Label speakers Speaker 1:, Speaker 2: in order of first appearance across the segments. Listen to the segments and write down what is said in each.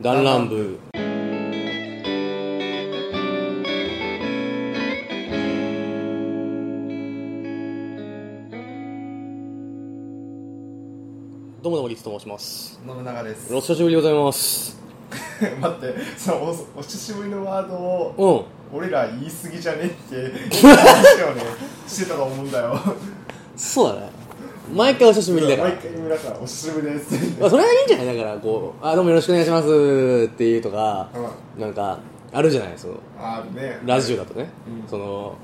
Speaker 1: 弾丸部どうもどうもリツと申します
Speaker 2: 信長です。
Speaker 1: お久しぶりでございます
Speaker 2: 待って、そのおお久しぶりのワードを
Speaker 1: うん
Speaker 2: 俺ら言い過ぎじゃ ねって話をねしてたと思うんだよ。
Speaker 1: そうだね毎回お久しぶりだか
Speaker 2: 毎
Speaker 1: ら
Speaker 2: 回皆さんお久しぶりですって言って。
Speaker 1: まあそれはいいんじゃないだからこう「あどうもよろしくお願いします」っていうとか
Speaker 2: うん、
Speaker 1: なんかあるじゃないその
Speaker 2: あるね。
Speaker 1: ラジオだとね、
Speaker 2: うん
Speaker 1: その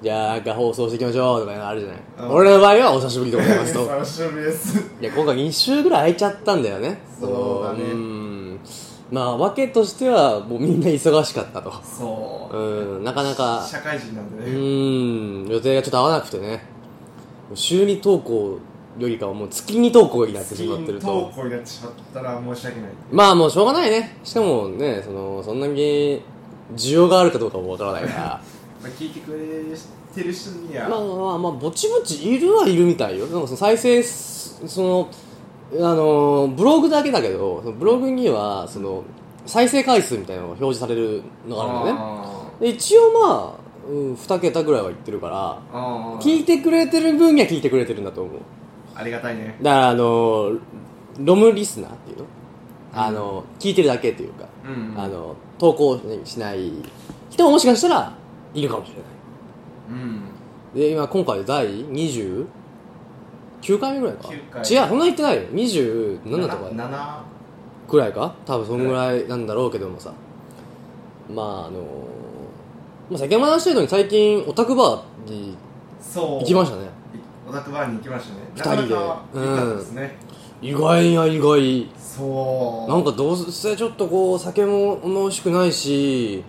Speaker 1: じゃあなんか放送していきましょうとかいうのあるじゃない、
Speaker 2: うん
Speaker 1: 俺の場合はお久しぶりでございますと
Speaker 2: お久しぶりです。
Speaker 1: いや今回2週ぐらい空いちゃったんだよね
Speaker 2: そうだね
Speaker 1: のんまあ訳としてはもうみんな忙しかったと
Speaker 2: そうう。
Speaker 1: んなかなか
Speaker 2: 社会人なん
Speaker 1: う
Speaker 2: でね。
Speaker 1: ん予定がちょっと合わなくてね週2投稿よりかはもう月に投稿になってしまってると
Speaker 2: 投稿になってしまったら申し訳ない。
Speaker 1: まあもうしょうがないねしかもねそのそんなに需要があるかどうかもわからないから
Speaker 2: まあ、聞いてくれてる人には、
Speaker 1: まあまあまあぼちぼちいるはいるみたいよなんかその再生すそのあのーブログだけだけどそのブログにはその再生回数みたいなのが表示されるのがあるんだよね
Speaker 2: あ
Speaker 1: で一応まあ、うん、2桁ぐらいはいってるから
Speaker 2: ーあー
Speaker 1: 聞いてくれてる分には聞いてくれてるんだと思う
Speaker 2: ありがたいね。
Speaker 1: だからあのーロムリスナーっていうのあのー聞いてるだけというか、
Speaker 2: うん
Speaker 1: あの投稿しない人ももしかしたらいるかもしれない
Speaker 2: うん。
Speaker 1: で今今回第29回目ぐらいか
Speaker 2: 9回
Speaker 1: 違うそんな言ってないよ27とか
Speaker 2: 七
Speaker 1: くらいか多分そんぐらいなんだろうけどもさまああのまあ、先ほど話してるのに最近オタクバーに
Speaker 2: そう。
Speaker 1: 行きましたね
Speaker 2: オタクバーに行きましたね
Speaker 1: 二人で
Speaker 2: なかなか良かったですね、
Speaker 1: 意外や意外
Speaker 2: そう
Speaker 1: なんかどうせちょっとこう酒も美味しくないし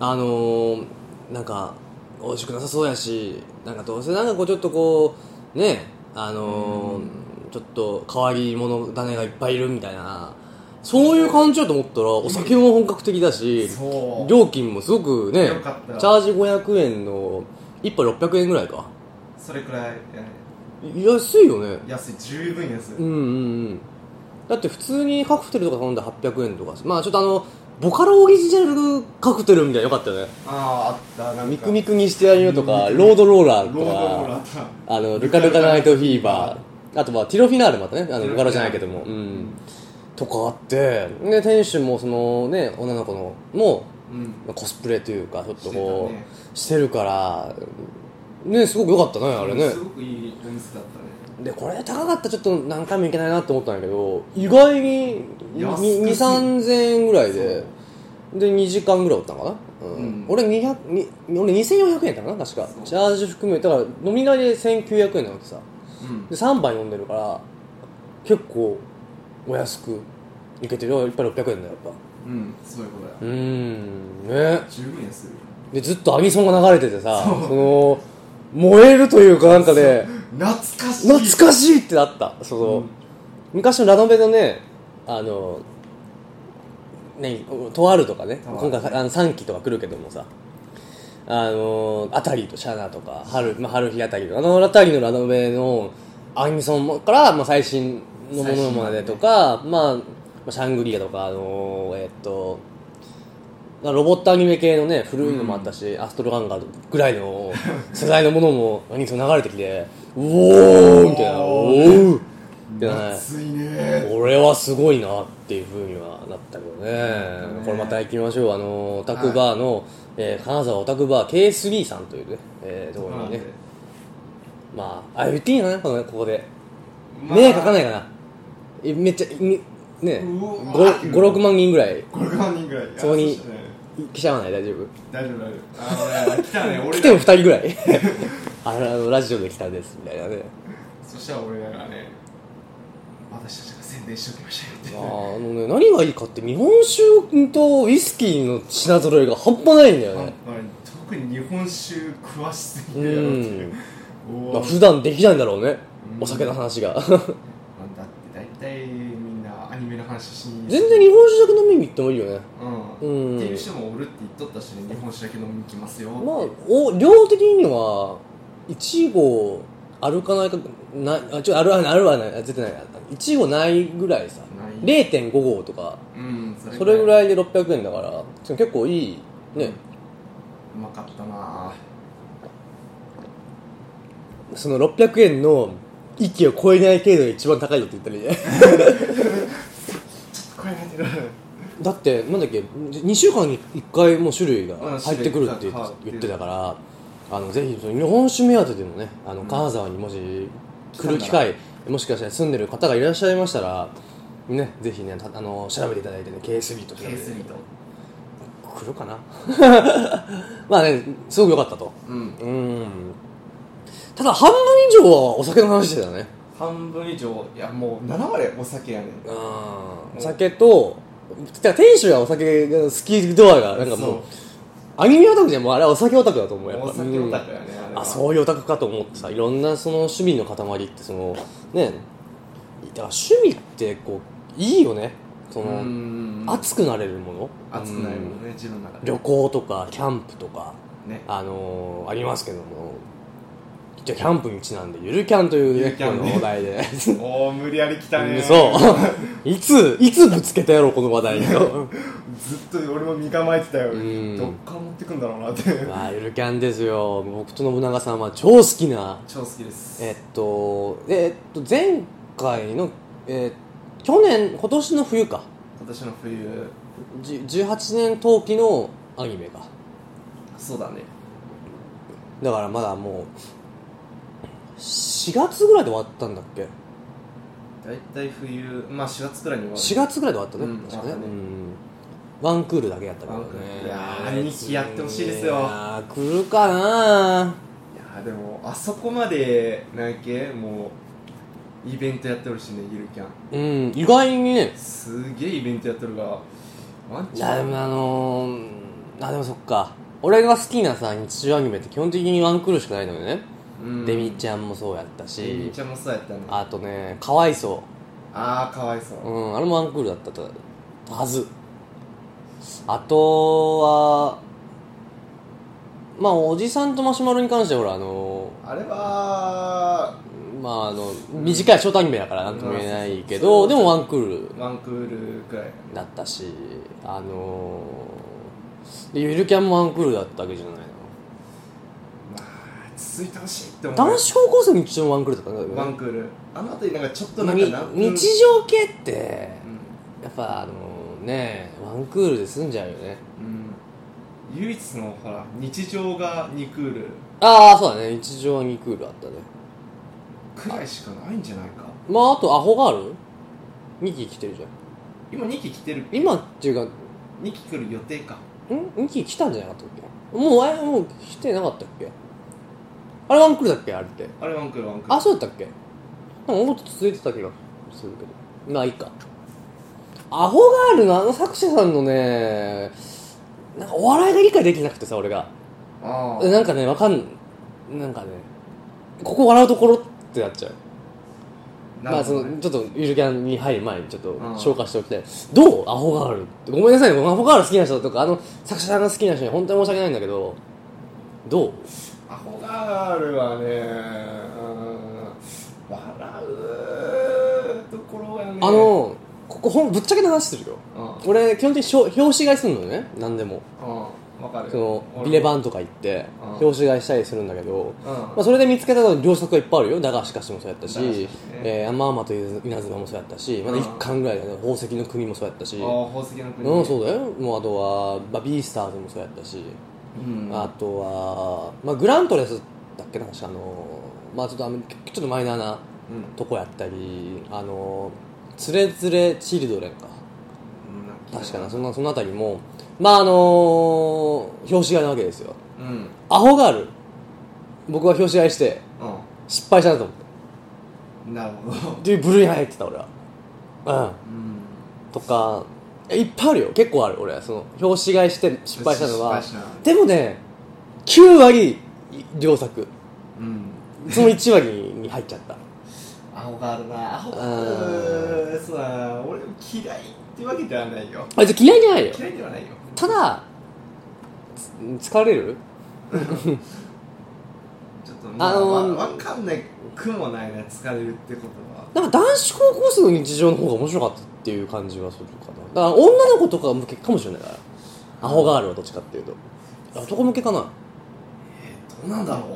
Speaker 1: あのー、なんか美味しくなさそうやしなんかどうせなんかこうちょっとこうねあのーちょっと変わり者種がいっぱいいるみたいなそういう感じだと思ったらお酒も本格的だし
Speaker 2: そう
Speaker 1: 料金もすごくね
Speaker 2: よかった
Speaker 1: チャージ500円の1杯600円ぐらいか
Speaker 2: それくらい
Speaker 1: 安いよね
Speaker 2: え安い十分安い、
Speaker 1: うんうんうんだって普通にカクテルとか頼んで800円とかまあちょっとあのボカロオリジナルカクテルみたいなのよかったよね
Speaker 2: あああったなんか
Speaker 1: ミクミクにしてやるよとかロードローラー
Speaker 2: ロードローラ
Speaker 1: と
Speaker 2: ーだ
Speaker 1: かあのルカルカナイトフィーバーあとはティロフィナーレまたねあの
Speaker 2: ティロフィナーレ
Speaker 1: ボカロじゃないけどもうんとかあってで店主もそのね女の子のも
Speaker 2: うん
Speaker 1: まあコスプレというかちょっとこ
Speaker 2: してたね
Speaker 1: うしてるからねすごく良かったねあれね
Speaker 2: すごくいい音質だったね
Speaker 1: でこれ高かったらちょっと何回も行けないなと思ったんだけど意外に
Speaker 2: 安く
Speaker 1: 2 3 0 0円ぐらいでで2時間ぐらいおったのかな、うん
Speaker 2: うん
Speaker 1: 俺200に俺2400円だったかな確か
Speaker 2: そう
Speaker 1: チャージ含めだから飲み代で1900円なわけさ
Speaker 2: うん
Speaker 1: で3杯飲んでるから結構お安くいけてるよやっぱり600円だよやっぱ
Speaker 2: うんそういうことだよ
Speaker 1: うーんね
Speaker 2: 十分安い
Speaker 1: でずっとアニソンが流れててさその燃えるというかなんかね
Speaker 2: 懐かしい
Speaker 1: 懐
Speaker 2: しい
Speaker 1: かしいってなったその、
Speaker 2: うん
Speaker 1: 昔のラノベのねあのねとあるとかね
Speaker 2: とある
Speaker 1: 今回あの3期とか来るけどもさあのあたりとシャナとか春,、まあ、春日あたりとかあのあたりのラノベのアニソンから、まあ、最新のものまでとか、まあまあシャングリアとかあのえっとまあロボットアニメ系のね古いのもあったし、アストロガンガーぐらい の世代のものもアニソン流れてきてうおーみたいな
Speaker 2: お
Speaker 1: お
Speaker 2: ー
Speaker 1: ーってな
Speaker 2: 熱いね
Speaker 1: 俺はすごいなっていうふうにはなったけどね
Speaker 2: ね
Speaker 1: これまた行きましょうあのオタクバーの、えー金沢オタクバー K3 さんというね、えーところにねまああ言っていいのねこのここで、
Speaker 2: まあ
Speaker 1: ねえ書かないかなえめっちゃにね
Speaker 2: うわ
Speaker 1: 56万人ぐらい
Speaker 2: 5 6万人ぐらい
Speaker 1: そこに
Speaker 2: いやそうしたね
Speaker 1: 来ちゃわない大丈夫
Speaker 2: 大丈夫大丈夫あのね来たね俺
Speaker 1: 来ても
Speaker 2: ら
Speaker 1: 2人ぐらい あのあのラジオで来たんですみたいなね
Speaker 2: そしたら俺らがね私たちが宣伝しておきました
Speaker 1: あ
Speaker 2: よって
Speaker 1: のね何がいいかって日本酒とウイスキーの品揃えが半端ないんだよね
Speaker 2: まあ特に日本酒詳しすぎ
Speaker 1: う
Speaker 2: だよってい
Speaker 1: ん
Speaker 2: うおー
Speaker 1: まあ、普段できないんだろうね、
Speaker 2: うん
Speaker 1: お酒の話が
Speaker 2: だって大体みんなアニメの話しに
Speaker 1: 全然日本酒だけ飲みに行ってもいいよね
Speaker 2: う
Speaker 1: うんん
Speaker 2: っていう人もおるって言っとったしね日本酒だけ飲みに行きますよ
Speaker 1: まあお量的には1合歩かないかなあちょあるあるあるはないあ絶対ない1号ないぐらいさ
Speaker 2: な
Speaker 1: 0.5号とか
Speaker 2: うんそ
Speaker 1: それぐら
Speaker 2: い
Speaker 1: いで600円だから結構いいね
Speaker 2: うまかったな
Speaker 1: その600円の域を超えない程度が一番高いよって言ったらいい ね
Speaker 2: これ入ってる
Speaker 1: だってなんだっけ2週間に1回もう種類が入ってくるって
Speaker 2: うん種類が
Speaker 1: 言ってたからあのぜひその日本酒目当てでもねあの
Speaker 2: ん
Speaker 1: 金沢にもし来る機会もしかしたら住んでる方がいらっしゃいましたらねぜひねたあの調べていただいてね KSB と調
Speaker 2: ケ
Speaker 1: べて
Speaker 2: ースリーと
Speaker 1: 来るかな まあねすごく良かったと
Speaker 2: うん
Speaker 1: うんただ半分以上はお酒の話だよね
Speaker 2: 半分以上いやもう7割お酒やねん
Speaker 1: うんお酒とてか店主がお酒が好き度合いがなんかもうアニメオタクじゃんもうあれはお酒オタクだと思う
Speaker 2: そう
Speaker 1: やっぱ
Speaker 2: お酒オタ
Speaker 1: う
Speaker 2: クやねあ
Speaker 1: ん
Speaker 2: れは
Speaker 1: あそういうオタクかと思ってさいろんなその趣味の塊ってそのねだから趣味ってこういいよねその、
Speaker 2: うん
Speaker 1: 熱くなれるもの
Speaker 2: 熱くなるも
Speaker 1: うんん
Speaker 2: ね自分の中で
Speaker 1: 旅行とかキャンプとか
Speaker 2: ね
Speaker 1: あのー、ありますけども一応キャンプにちなんでゆるキャンという
Speaker 2: ゆ
Speaker 1: ね
Speaker 2: るキ
Speaker 1: 今日
Speaker 2: ャンね
Speaker 1: のお題で
Speaker 2: おお無理やり来たね
Speaker 1: そう いついつぶつけたやろこの話題を
Speaker 2: ずっと俺も身構えてたよ
Speaker 1: うん
Speaker 2: どっから持ってくんだろうなって
Speaker 1: まあゆるキャンですよ僕と信長さんは超好きな
Speaker 2: 超好きです
Speaker 1: えっとえっと前回のえー去年今年の冬か
Speaker 2: 今年の冬
Speaker 1: じ18年冬季のアニメか
Speaker 2: そうだね
Speaker 1: だからまだもう4月ぐらいで終わったんだっけ
Speaker 2: 大体冬まあ4月くらいには
Speaker 1: 4月ぐらいで終わったね,、
Speaker 2: うん
Speaker 1: 確かね
Speaker 2: 終わったね
Speaker 1: うんワンクールだけやったからね
Speaker 2: ワンクールいやー二期やってほしいですよ
Speaker 1: いやー来るかない
Speaker 2: やーでもあそこまでなんやっけもうイベントやってるしねゆるキャ
Speaker 1: う
Speaker 2: ン
Speaker 1: ん意外にね
Speaker 2: すげえイベントやってるがワン
Speaker 1: い
Speaker 2: ち
Speaker 1: や
Speaker 2: ゃ
Speaker 1: で
Speaker 2: ん
Speaker 1: もあのー、あでもそっか俺が好きなさ日常アニメって基本的にワンクールしかないのよね、
Speaker 2: うん
Speaker 1: デミちゃんもそうやった
Speaker 2: デミ
Speaker 1: し
Speaker 2: ちゃんもそうやったねあ
Speaker 1: あとねかわいそ
Speaker 2: あーかわいそう
Speaker 1: う、うん、あれもワンクールだったとはずあとはまあおじさんとマシュマロに関してはほらあのー
Speaker 2: あれは
Speaker 1: まああの短いショートアニメだからなんとも言えないけど、
Speaker 2: うん
Speaker 1: でもワンクール
Speaker 2: ワンクールくらい
Speaker 1: だったしあのーでゆるキャンもワンクールだったわけじゃないの
Speaker 2: まあ続いてほしいって思う
Speaker 1: 男子高校生の日常もワンクールだったんだよね
Speaker 2: ワンクールあの後になんかちょっとなんか何分
Speaker 1: に日常系って
Speaker 2: う
Speaker 1: やっぱあのねワンクールで済んじゃうよね
Speaker 2: ん、うん、唯一のほら日常が2クール
Speaker 1: ああそうだね日常は2クールあったね
Speaker 2: くらいしかないんじゃないか
Speaker 1: まああとアホガール2期来てるじゃん
Speaker 2: 今2期来てる
Speaker 1: 今っていうか
Speaker 2: 2期来る予定か
Speaker 1: ん ?2 期来たんじゃなかったっけもうあれもう来てなかったっけあれワンクールだっけあれって
Speaker 2: あれワンクールワンクール
Speaker 1: あそうだったっけなんかもっと続いてた気がするけどまあいいかアホガールのあの作者さんのねなんかお笑いが理解できなくてさ俺が
Speaker 2: ああ
Speaker 1: なんかねわかんなんかねここ笑うところってなっちゃう、まあそのちょっとゆるキャンに入る前にちょっと
Speaker 2: ん
Speaker 1: 紹介しておきたい、どうアホガールごめんなさいねアホガール好きな人とかあの作者さんが好きな人に本当に申し訳ないんだけどどう
Speaker 2: アホガールはねうん笑うところやね
Speaker 1: あのここほんぶっちゃけの話するよ
Speaker 2: うんうん
Speaker 1: 俺基本的に表表紙買いするのよね何でも
Speaker 2: わかる
Speaker 1: その
Speaker 2: 俺も
Speaker 1: ビレバンとか行って
Speaker 2: うん
Speaker 1: 表紙買いしたりするんだけど、
Speaker 2: うん
Speaker 1: まあ、それで見つけたの良作がいっぱいあるよだがしかしもそうやったし、
Speaker 2: だがしかしね
Speaker 1: えー、まあまあという稲妻もそうやったしまだ
Speaker 2: うん
Speaker 1: 一巻ぐらいだね宝石の国もそうやったし、
Speaker 2: ああ宝石の国
Speaker 1: うん、そうだよもうあとは、まあ、ビースターズもそうやったし、
Speaker 2: うん
Speaker 1: あとは、まあ、グラントレスだっけな確かあのまあちょっとあのちょっとマイナーな
Speaker 2: うん
Speaker 1: とこやったりあのつれつれチルドレンか確かなそんなそのあたりもまああの表紙買いなわけですよ
Speaker 2: うんうん
Speaker 1: アホガール僕は表紙買いして失敗したなと思って
Speaker 2: うんなるほど
Speaker 1: っていう部類に入ってた俺はう
Speaker 2: うん
Speaker 1: んとかえいっぱいあるよ結構ある俺その表紙買いして失敗したのは
Speaker 2: 失敗した
Speaker 1: でもね9割良作
Speaker 2: うん
Speaker 1: その1割に入っちゃった
Speaker 2: アホガールなアホガ
Speaker 1: う
Speaker 2: ールそうだな俺も嫌いってわけではないよ
Speaker 1: あじゃ嫌いじゃないよ
Speaker 2: 嫌いではないよ
Speaker 1: ただつ疲れる
Speaker 2: ちょっと
Speaker 1: あのー
Speaker 2: わわかんないくもないね疲れるってことは
Speaker 1: なんか男子高校生の日常の方が面白かったっていう感じはするかなだから女の子とか向けかもしれないからアホガールはどっちかっていうと男向けかな
Speaker 2: どうなんだろう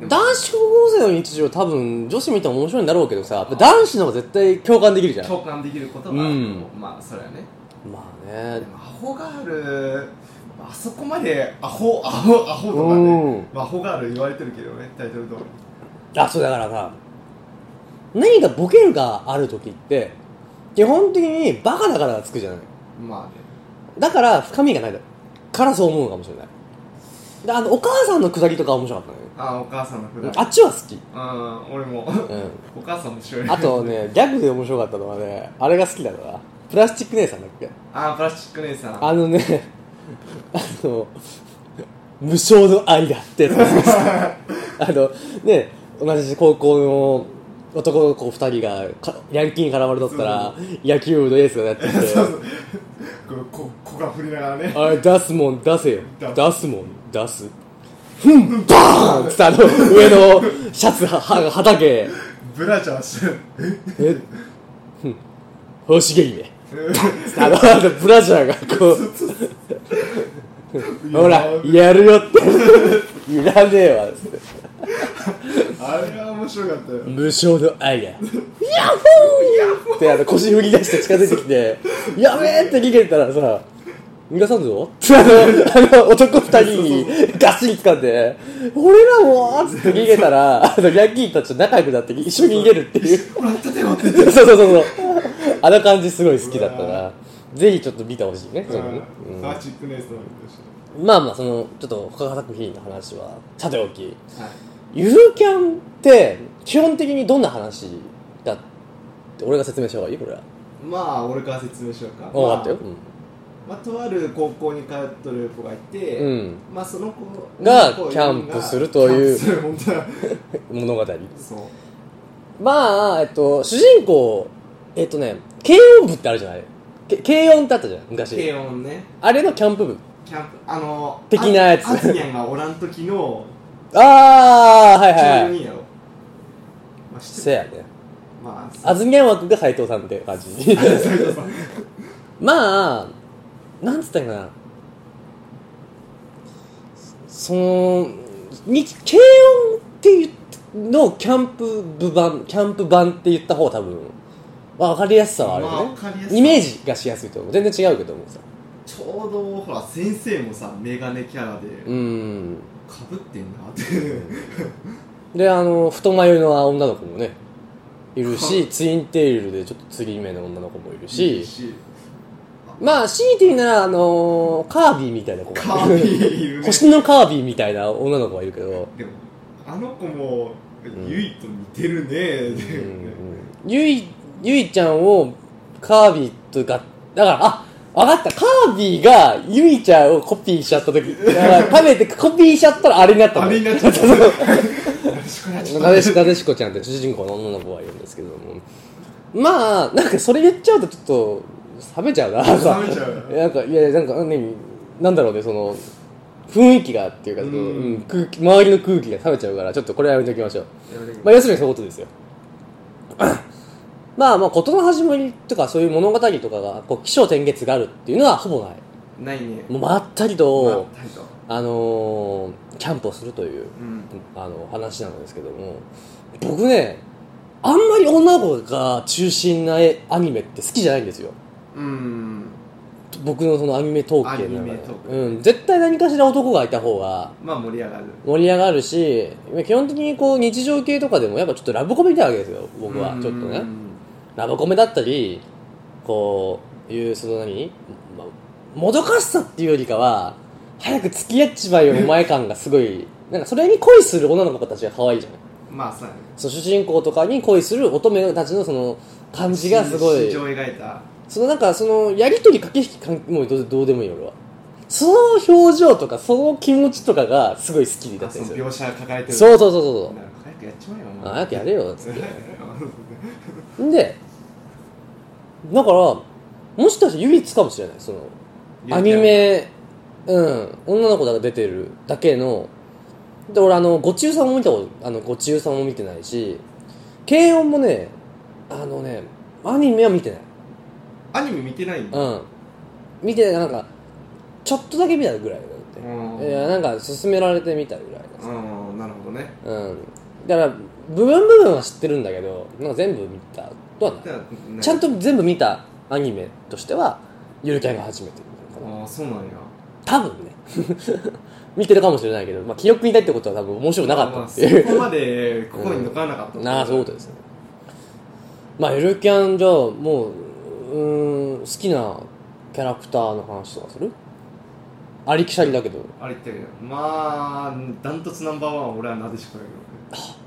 Speaker 2: でも
Speaker 1: 男子高校生の日常多分女子見ても面白いんだろうけどさ男子の方が絶対共感できるじゃん
Speaker 2: 共感できることがあると思うまあそれはね
Speaker 1: まあね
Speaker 2: でもアホガールあそこまでアホアホアホとかね、まあ、アホガール言われてるけどねタイトル通り
Speaker 1: あそうだからさ何かボケるがある時って基本的にバカだからがつくじゃない
Speaker 2: まあね
Speaker 1: だから深みがないだからそう思うのかもしれないであのお母さんのくだりとかは面白かったのよ
Speaker 2: あお母さんのくだり
Speaker 1: あっちは好き
Speaker 2: うん俺も
Speaker 1: う
Speaker 2: お母さんも白い
Speaker 1: んあとねギャグで面白かったのはねあれが好きだからプラスチック姉さんだっけ
Speaker 2: あプラスチック姉さん
Speaker 1: あのねあの無償の愛だ ってやつですあのね同じ高校の男の子2人がかヤンキーに絡まれとったら野球部のエースがやってきて
Speaker 2: こここが振りながらね
Speaker 1: あれ出すもん出せよ
Speaker 2: 出す
Speaker 1: 出すもん出すふんバーンっつってあの上のシャツはははたけ
Speaker 2: ブラジャーしてる
Speaker 1: えふん星毛 姫つってあのあのブラジャーがこうほらやるよって いらねえわっつって
Speaker 2: あれは面白かったよ
Speaker 1: 無償の愛がヤッホーってあの腰振り出して近づいてきて「やべえ!」って逃げてたらさ「逃がさんぞ」ってあのあの男二人にガッシリ掴んで「俺らも!」っつって逃げたらあのヤンキーたちと仲良くなって一緒に逃げるっていう
Speaker 2: ほら立てよって
Speaker 1: そうそうそうそうあの感じすごい好きだったなぜひちょっと見てほしいねそれもね
Speaker 2: プラスチック姉さんの
Speaker 1: うんまあまあそのちょっと他作品の話はさておき
Speaker 2: はい
Speaker 1: ゆるキャンって基本的にどんな話だって俺が説明した方がいいこれは
Speaker 2: まあ俺から説明しようか
Speaker 1: 分かったよ、
Speaker 2: まあ、とある高校に通っとる子がいて、
Speaker 1: うん
Speaker 2: まあその子
Speaker 1: がキャンプするという
Speaker 2: キャンプする本当だ
Speaker 1: うん、物語
Speaker 2: そう
Speaker 1: まあえっと主人公えっとね軽音部ってあるじゃないけ軽音ってあったじゃん昔
Speaker 2: 軽音ね
Speaker 1: あれのキャンプ部
Speaker 2: キャンプあの
Speaker 1: 的なやつ
Speaker 2: あアズニャンがおらん時の
Speaker 1: ああはいはいは
Speaker 2: 14
Speaker 1: い
Speaker 2: 人やろ、まあ、知って
Speaker 1: せ
Speaker 2: る
Speaker 1: やね
Speaker 2: まあ
Speaker 1: あずみやん枠が斎藤さんって感じ
Speaker 2: 斉藤さん
Speaker 1: まあなんつったんかなそのに軽音って言ってのキャンプ部版キャンプ版って言った方が多分わかりやすさはある
Speaker 2: まあ
Speaker 1: よ
Speaker 2: わかり
Speaker 1: ね
Speaker 2: やす、さ
Speaker 1: イメージがしやすいと思う全然違うけどもさ
Speaker 2: ちょうどほら先生もさメガネキャラで
Speaker 1: うーん
Speaker 2: かぶってんなって
Speaker 1: であの太眉の女の子もねいるし ツインテールでちょっと継ぎ目の女の子もいるしまあ強いて言うならあのーカービィみたいな子
Speaker 2: か
Speaker 1: が
Speaker 2: わいいいるね
Speaker 1: 星のカービィみたいな女の子がいるけど
Speaker 2: でもあの子もゆいと似てるねって
Speaker 1: ゆいゆいちゃんをカービィとかだからあ分かったカービィがゆいちゃんをコピーしちゃった時だから食べてコピーしちゃったらあれになったの
Speaker 2: あれになっちゃったよろしくなっちゃっ
Speaker 1: なでしなでしこちゃんって主人公の女の子がいるんですけどもまあなんかそれ言っちゃうとちょっと冷めちゃうななん
Speaker 2: た
Speaker 1: か
Speaker 2: 冷めちゃう
Speaker 1: なんかいやいやなんか何なんだろうねその雰囲気がっていうかその
Speaker 2: うん
Speaker 1: うん空気周りの空気が冷めちゃうからちょっとこれはやめておきましょうま
Speaker 2: ま
Speaker 1: あ、要するにそういうことですよまあまあ事の始まりとかそういう物語とかがこう起承転結があるっていうのはほぼない
Speaker 2: ないね
Speaker 1: もうまったりと、
Speaker 2: まあ態度
Speaker 1: あのーキャンプをするという
Speaker 2: うん
Speaker 1: あの話なんですけども僕ねあんまり女の子が中心な絵アニメって好きじゃないんですよ
Speaker 2: うん
Speaker 1: 僕のそのアニメ統計の中
Speaker 2: アニメ
Speaker 1: で
Speaker 2: 統、計
Speaker 1: うん、絶対何かしら男がいた方が
Speaker 2: まあ盛り上がる
Speaker 1: 盛り上がるし基本的にこう日常系とかでもやっぱちょっとラブコメみたいなわけですよ僕は
Speaker 2: うん
Speaker 1: ちょっとねラブコメだったりこういうその何、ま、もどかしさっていうよりかは早く付き合っちまえよお前感がすごいなんかそれに恋する女の子たちが可愛いじゃない
Speaker 2: まあさ
Speaker 1: そう主人公とかに恋する乙女たちのその感じがすごい
Speaker 2: 心情を描いた
Speaker 1: そのなんかそのやりとり駆け引き関もうどうどうでもいいよ俺はその表情とかその気持ちとかがすごい好きだ
Speaker 2: あ
Speaker 1: った
Speaker 2: そ
Speaker 1: り
Speaker 2: の
Speaker 1: する
Speaker 2: 描写が抱えてる
Speaker 1: そうそうそうそう
Speaker 2: なんか早くやっちまえよお前
Speaker 1: あ早くやれよつっ
Speaker 2: 早くや
Speaker 1: てんでだからもしかして唯一かもしれないその
Speaker 2: れよ
Speaker 1: アニメうん女の子が出てるだけので俺あのご中さんも見たことあのご中さんも見てないし軽音もねあのねアニメは見てない
Speaker 2: アニメ見てないんだ
Speaker 1: うん見てないなんかちょっとだけ見たぐらいだって、
Speaker 2: うん
Speaker 1: いやなんか勧められてみたぐらいだ
Speaker 2: うんなるほどね
Speaker 1: うんだから部分部分は知ってるんだけどなんか全部見たとはない
Speaker 2: じゃあ
Speaker 1: ちゃん
Speaker 2: と
Speaker 1: と全部見たアニメとしてはゆるキャンが初めて見たのかな
Speaker 2: ああそうなんや
Speaker 1: 多分ね 見てるかもしれないけど、まあ、記憶にないってことは多分面白くなか
Speaker 2: ま
Speaker 1: っ
Speaker 2: あ
Speaker 1: たっ
Speaker 2: そ
Speaker 1: ていう
Speaker 2: こまでここに抜かなかった
Speaker 1: なあそういうことですねまあゆるキャンじゃあもううーん好きなキャラクターの話とかするありきしゃりだけど
Speaker 2: あれ言ってるよまあダントツナンバーワンは俺はなでしこやけど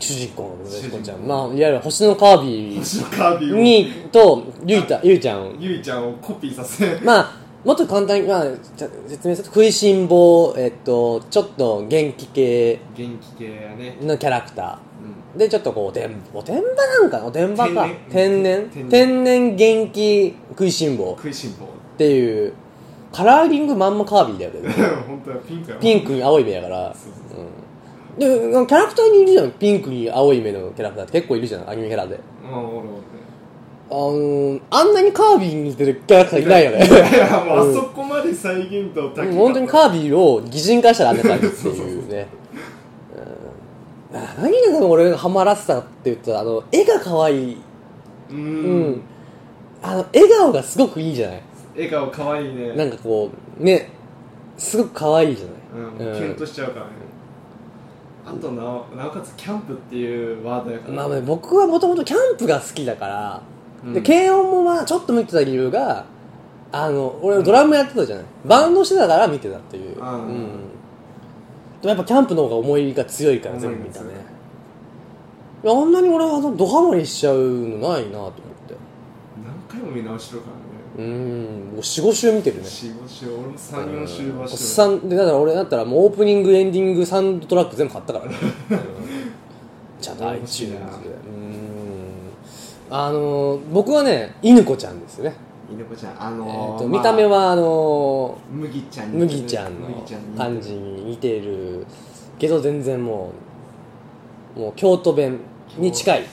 Speaker 1: 主人公のね
Speaker 2: 主人公
Speaker 1: こちゃんまあいわゆる星のカービ
Speaker 2: 星のカービ
Speaker 1: ィ
Speaker 2: ィを
Speaker 1: にとゆいたゆいちゃん
Speaker 2: ゆいちゃんをコピーさせ
Speaker 1: まあもっと簡単に、まあ、じゃ説明すると食いしん坊、えっと、ちょっと元気系
Speaker 2: 元気系やね
Speaker 1: のキャラクタ
Speaker 2: うん
Speaker 1: ーでちょっとこうおてんおてんばなんかなおてんばか天
Speaker 2: 天然
Speaker 1: 然
Speaker 2: 天然
Speaker 1: 天然元気食いしん坊
Speaker 2: 食いしん坊
Speaker 1: っていうカラーリングまんまカービィだよね
Speaker 2: 本当はピンクや
Speaker 1: ピ
Speaker 2: ン
Speaker 1: ンクに青い目だから
Speaker 2: そうそう
Speaker 1: うんでキャラクターにいるじゃんピンクに青い目のキャラクターって結構いるじゃんアニメキャラで
Speaker 2: まあ俺俺
Speaker 1: あのー、あんなにカービィに似てるキャラクターいないよね
Speaker 2: いやもうあそこまで再現度高
Speaker 1: う
Speaker 2: い
Speaker 1: ん本当にカービィを擬人化したらあんな感じっていうねうんあ何が俺がハマらせたって言ったらあの絵が可愛いううん、
Speaker 2: ん
Speaker 1: あの笑顔がすごくいいじゃない
Speaker 2: 笑顔可愛いね
Speaker 1: なんかこうねすごく可愛いじゃない
Speaker 2: うんキュンとしちゃうからねあとなおなおかつキャンプっていうワードやから
Speaker 1: まあね、僕はもともとキャンプが好きだから、
Speaker 2: うん
Speaker 1: で軽音もまあちょっと見てた理由があの俺ドラムやってたじゃない、バンドしてたから見てたっていう、
Speaker 2: うん
Speaker 1: でもやっぱキャンプの方が思い入れが強いから
Speaker 2: 思い
Speaker 1: 全
Speaker 2: 入れ
Speaker 1: 部見たね
Speaker 2: 強い
Speaker 1: いやあんなに俺はドハマりしちゃうのないなと思って
Speaker 2: 何回も見直してるからね
Speaker 1: うん45週見てるね
Speaker 2: 45週俺も34週は
Speaker 1: おっ
Speaker 2: して
Speaker 1: さんでだから俺だったらもうオープニングエンディングサウンドトラック全部買った からねうんちゃんと
Speaker 2: 欲し
Speaker 1: iTunes
Speaker 2: い
Speaker 1: で
Speaker 2: な
Speaker 1: うんあのー僕はね犬子ちゃんですよね、
Speaker 2: 犬子ちゃんあ
Speaker 1: え
Speaker 2: のー
Speaker 1: ーと
Speaker 2: まあ
Speaker 1: 見た目はあの
Speaker 2: 麦ちゃん
Speaker 1: ー
Speaker 2: に似てる
Speaker 1: 麦ちゃんの
Speaker 2: 麦ちゃんに似てる
Speaker 1: 感じに似てるけど全然もうもう京都弁に近い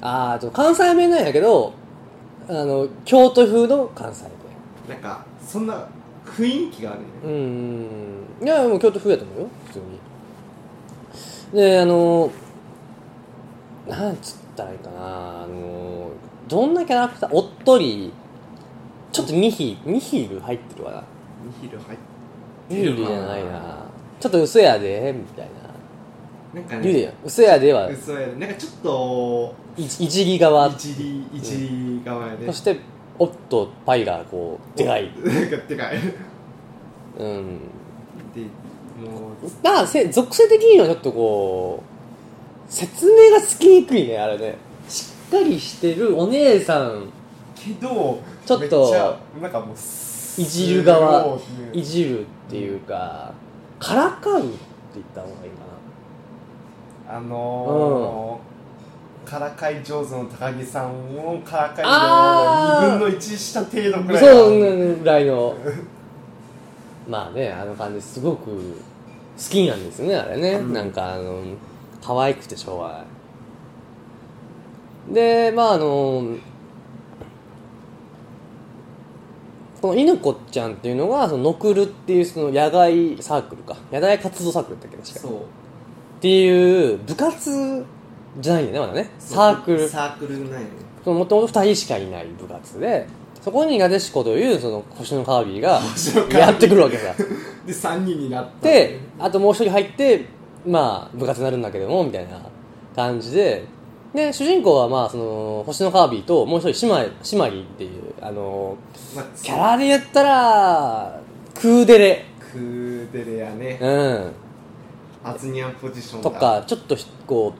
Speaker 1: あーあと関西弁なんやけどあの京都風の関西弁
Speaker 2: なんかそんな雰囲気があるね
Speaker 1: うーんいやもう京都風やと思うよ普通にであのなんつったらいいかなあのどんなキャラクターおっとりちょっとニヒニヒル入ってるわな
Speaker 2: ニヒル入っ
Speaker 1: ニヒルじゃないなちょっと嘘やでみたい
Speaker 2: なんか
Speaker 1: な
Speaker 2: ね
Speaker 1: 言うでよ嘘やでは
Speaker 2: そうやねなんかちょっと
Speaker 1: いいじり側
Speaker 2: 一里一里側やね
Speaker 1: そしておっとパイがこうでかい
Speaker 2: なんかでかいで
Speaker 1: うん
Speaker 2: もう
Speaker 1: だからせ属性的にはちょっとこう説明がつきにくいねあれねしっかりしてるお姉さん
Speaker 2: けど
Speaker 1: ちょっと
Speaker 2: めゃなんかもうす
Speaker 1: いじる側
Speaker 2: すごい
Speaker 1: いじるっていうか、からかうって言った方がいいか
Speaker 2: あのーからかい上手の高木さんをからかい
Speaker 1: あー
Speaker 2: の2分の1した程度
Speaker 1: な
Speaker 2: くらい
Speaker 1: そう
Speaker 2: の
Speaker 1: うんぐらいのまあねあの感じすごく好きなんですよねあれね、
Speaker 2: うん
Speaker 1: なんかあの可愛くてしょうがないでまああのこの犬子ちゃんっていうのがそのノクルっていうその野外サークルか野外活動サークルだったっけ確か
Speaker 2: そう
Speaker 1: っていう部活じゃないんだよねまだねサークル
Speaker 2: サークルないね
Speaker 1: そのもともと2人しかいない部活でそこになでしこというその星のカービィが
Speaker 2: 星のカービィ
Speaker 1: やってくるわけさ
Speaker 2: で3人になった
Speaker 1: であともう一人入ってまあ部活になるんだけどもみたいな感じでで主人公はまあその星のカービィともう一人シマシマリっていうあの
Speaker 2: まあ
Speaker 1: キャラで言ったらクーデレ
Speaker 2: クーデレやね
Speaker 1: うん
Speaker 2: アツニャンポジションだ
Speaker 1: とかちょっとひこ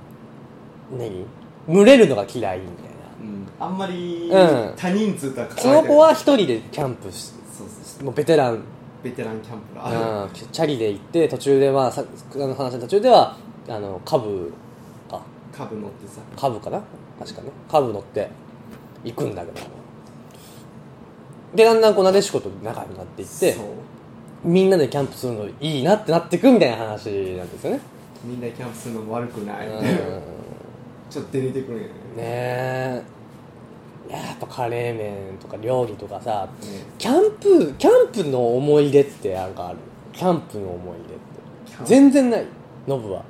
Speaker 1: う何群れるのが嫌いみたいな
Speaker 2: うんあんまり
Speaker 1: うん
Speaker 2: 他人数とは
Speaker 1: そ
Speaker 2: 関
Speaker 1: の
Speaker 2: わりたくない
Speaker 1: 子は一人でキャンプし
Speaker 2: そうそうそう
Speaker 1: もうベテラン
Speaker 2: ベテランキャンプラー
Speaker 1: うん、チャリで行って途中でまあさあの話の途中ではあのカブか
Speaker 2: カブ乗ってさ
Speaker 1: カブかな確かねカブ乗って行くんだけどでだんだんこうなでしこと仲良くなっていって
Speaker 2: そう
Speaker 1: みんなでキャンプするのいいなってなってくみたいな話なんですよね
Speaker 2: みんなキャンプするのも悪くない、
Speaker 1: うん
Speaker 2: ちょっと出れてくるんやね
Speaker 1: ねえいややっぱカレー麺とか料理とかさ
Speaker 2: ね
Speaker 1: キャンプキャンプの思い出ってなんかあるキャンプの思い
Speaker 2: キ
Speaker 1: 出っ
Speaker 2: ャン
Speaker 1: て全然ないノブは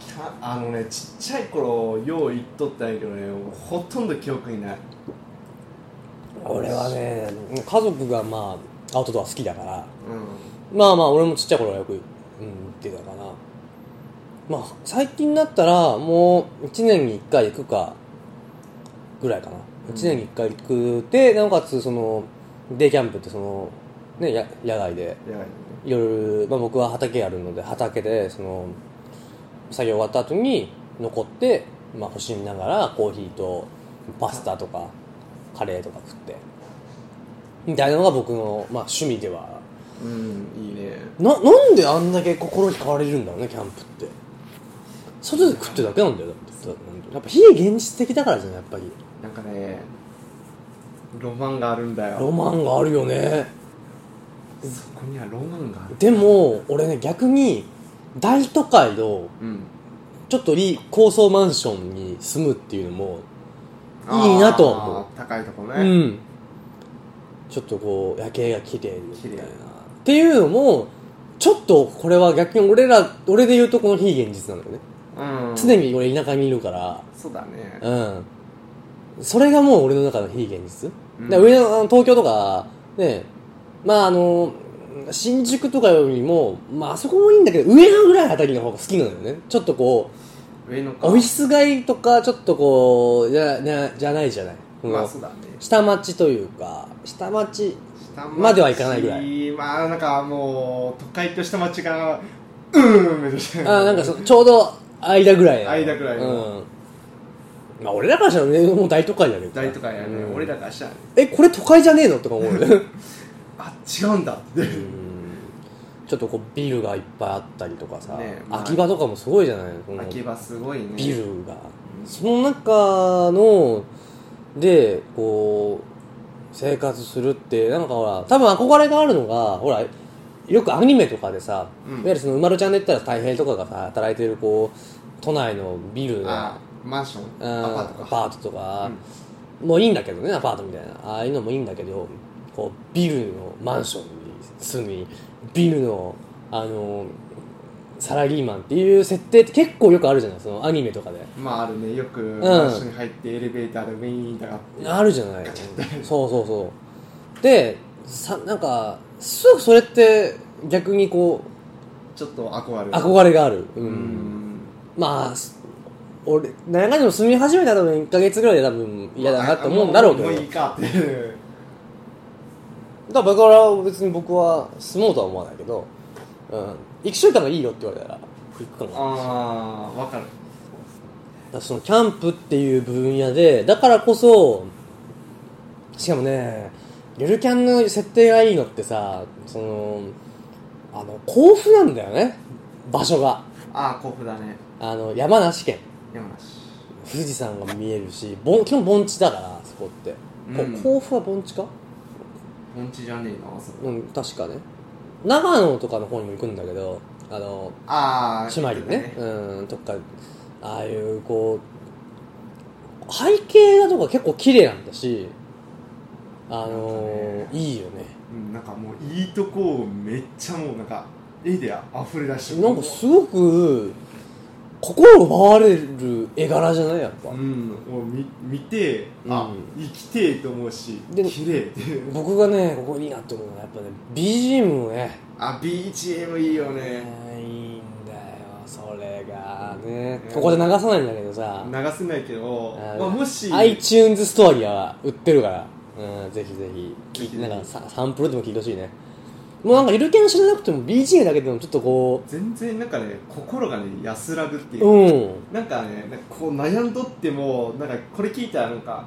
Speaker 2: キャあのねちっちゃい頃よう行っとったんやけどねほとんど記憶にない
Speaker 1: 俺はね家族がまあアウトドア好きだから
Speaker 2: う
Speaker 1: まあまあ俺もちっちゃい頃はよく、うん、行ってたかなまあ最近になったらもう1年に1回行くかぐらいかな
Speaker 2: うん
Speaker 1: 1年に1回行くでなおかつそのデイキャンプってそのねや野外で
Speaker 2: んやばいね
Speaker 1: 夜、まあ、僕は畑あるので畑でその作業終わった後に残って、まあ、星見ながらコーヒーとパスタとかカレーとか食ってみたいなのが僕の、まあ、趣味では
Speaker 2: うんいいね
Speaker 1: ななんであんだけ心惹かれるんだろうねキャンプって外で食ってるだけなんだよだってやっぱ非現実的だからじゃないやっぱり
Speaker 2: なんかねロマンがあるんだよ
Speaker 1: ロマンがあるよね
Speaker 2: そこにはロマンがある
Speaker 1: でも俺ね逆に大都会の
Speaker 2: うん
Speaker 1: ちょっといい高層マンションに住むっていうのもいいなとは思う
Speaker 2: あー高いとこ
Speaker 1: う
Speaker 2: ね、
Speaker 1: んちょっとこう夜景が綺麗みたいな
Speaker 2: 綺麗
Speaker 1: っていうのもちょっとこれは逆に俺ら俺で言うとこの非現実なんだよね
Speaker 2: うん
Speaker 1: 常に俺田舎にいるから
Speaker 2: そうだね
Speaker 1: うん、それがもう俺の中の非現実、
Speaker 2: うん
Speaker 1: だから上のあの東京とかねまああの新宿とかよりも、まああそこもいいんだけど上野ぐらいあたりの方が好きなのよねちょっとこ
Speaker 2: 上の
Speaker 1: う
Speaker 2: か
Speaker 1: オフィス街とかちょっとこうじゃじゃじゃないじゃない、
Speaker 2: まあ
Speaker 1: こ
Speaker 2: そ
Speaker 1: の
Speaker 2: うだね
Speaker 1: 下町というか下町
Speaker 2: 下町
Speaker 1: まではいかないぐら
Speaker 2: まあなんかもう都会と下町がうーんめちゃくちゃ
Speaker 1: あなんかそちょうど間ぐらいな
Speaker 2: 間ぐらいの
Speaker 1: うんまあ俺らからしたらねもう大都会だね
Speaker 2: 大都会やね、
Speaker 1: うん
Speaker 2: 俺らからしたらね
Speaker 1: えこれ都会じゃねえのとか思うよね
Speaker 2: あ違うんだって
Speaker 1: ちょっとこうビルがいっぱいあったりとかさ、
Speaker 2: ねえまあ
Speaker 1: 秋葉とかもすごいじゃないこの
Speaker 2: 秋葉すごいね
Speaker 1: ビルが、その中のでこう生活するってなんかほら多分憧れがあるのがほらよくアニメとかでさ、
Speaker 2: うん
Speaker 1: いわゆるそのうまるちゃんで言ったら太平とかがさ働いてるこう都内のビルの
Speaker 2: あマンション
Speaker 1: うん
Speaker 2: アパートか
Speaker 1: アパートとか、もういいんだけどねアパートみたいなああいうのもいいんだけどこうビルのマンションに住みビルのあのサラリーマンっていう設定って結構よくあるじゃないそのアニメとかで
Speaker 2: まああるねよく
Speaker 1: ん
Speaker 2: マンションに入ってエレベーターでウィーンとかって
Speaker 1: あるじゃないそうそうそうでさなんかすごくそれって逆にこ
Speaker 2: ちょっと憧れ
Speaker 1: う
Speaker 2: る
Speaker 1: 憧れがあるう
Speaker 2: うんん
Speaker 1: まあす俺何かでも住み始めたら多分1ヶ月ぐらいで多分嫌だなって思うんだろうけど、
Speaker 2: もういいかっていう
Speaker 1: だからは別に僕は住もうとは思わないけど、うん、1週間がいいよって言われたら行くかもだか
Speaker 2: ああわかる
Speaker 1: らそのキャンプっていう分野でだからこそしかもねゆるキャンの設定がいいのってさそのあの甲府なんだよね場所が
Speaker 2: ああ甲府だね
Speaker 1: あの山梨県
Speaker 2: 山梨
Speaker 1: 富士山が見えるし盆基本盆地だからそこって、こ
Speaker 2: うん
Speaker 1: 甲府は盆地か
Speaker 2: 盆地じゃねえのあそこ
Speaker 1: うん確かね長野とかの方にも行くんだけどあの
Speaker 2: ああ
Speaker 1: 締まりねうんとかああいうこう背景画とか結構綺麗なんだしあの
Speaker 2: なんかね
Speaker 1: いいよね
Speaker 2: うんなんかもういいとこをめっちゃもうなんか絵で溢れ出して
Speaker 1: なんかすごく心奪われる絵柄じゃないやっぱ、
Speaker 2: うん、もう見見て、あ
Speaker 1: う
Speaker 2: 生きてえと思うし
Speaker 1: で
Speaker 2: 綺麗っていう
Speaker 1: 僕がねここいいなって思うのはやっぱね BGM もね
Speaker 2: あ BGM いいよね
Speaker 1: ねいいんだよそれがね、
Speaker 2: うん
Speaker 1: ここで流さないんだけどさ、
Speaker 2: 流せないけど
Speaker 1: あ
Speaker 2: まあ、もし
Speaker 1: iTunes ストアには売ってるから、うん、ぜひぜひ
Speaker 2: ぜひ
Speaker 1: 聞いなんかササンプルでも聞いてほしいねもうなんかゆるキャン知らなくても BGM だけでもちょっとこ
Speaker 2: 全然なんかね心がね安らぐっていう
Speaker 1: う、うん
Speaker 2: なんかねなんかこう悩んどってもなんかこれ聞いたらなんか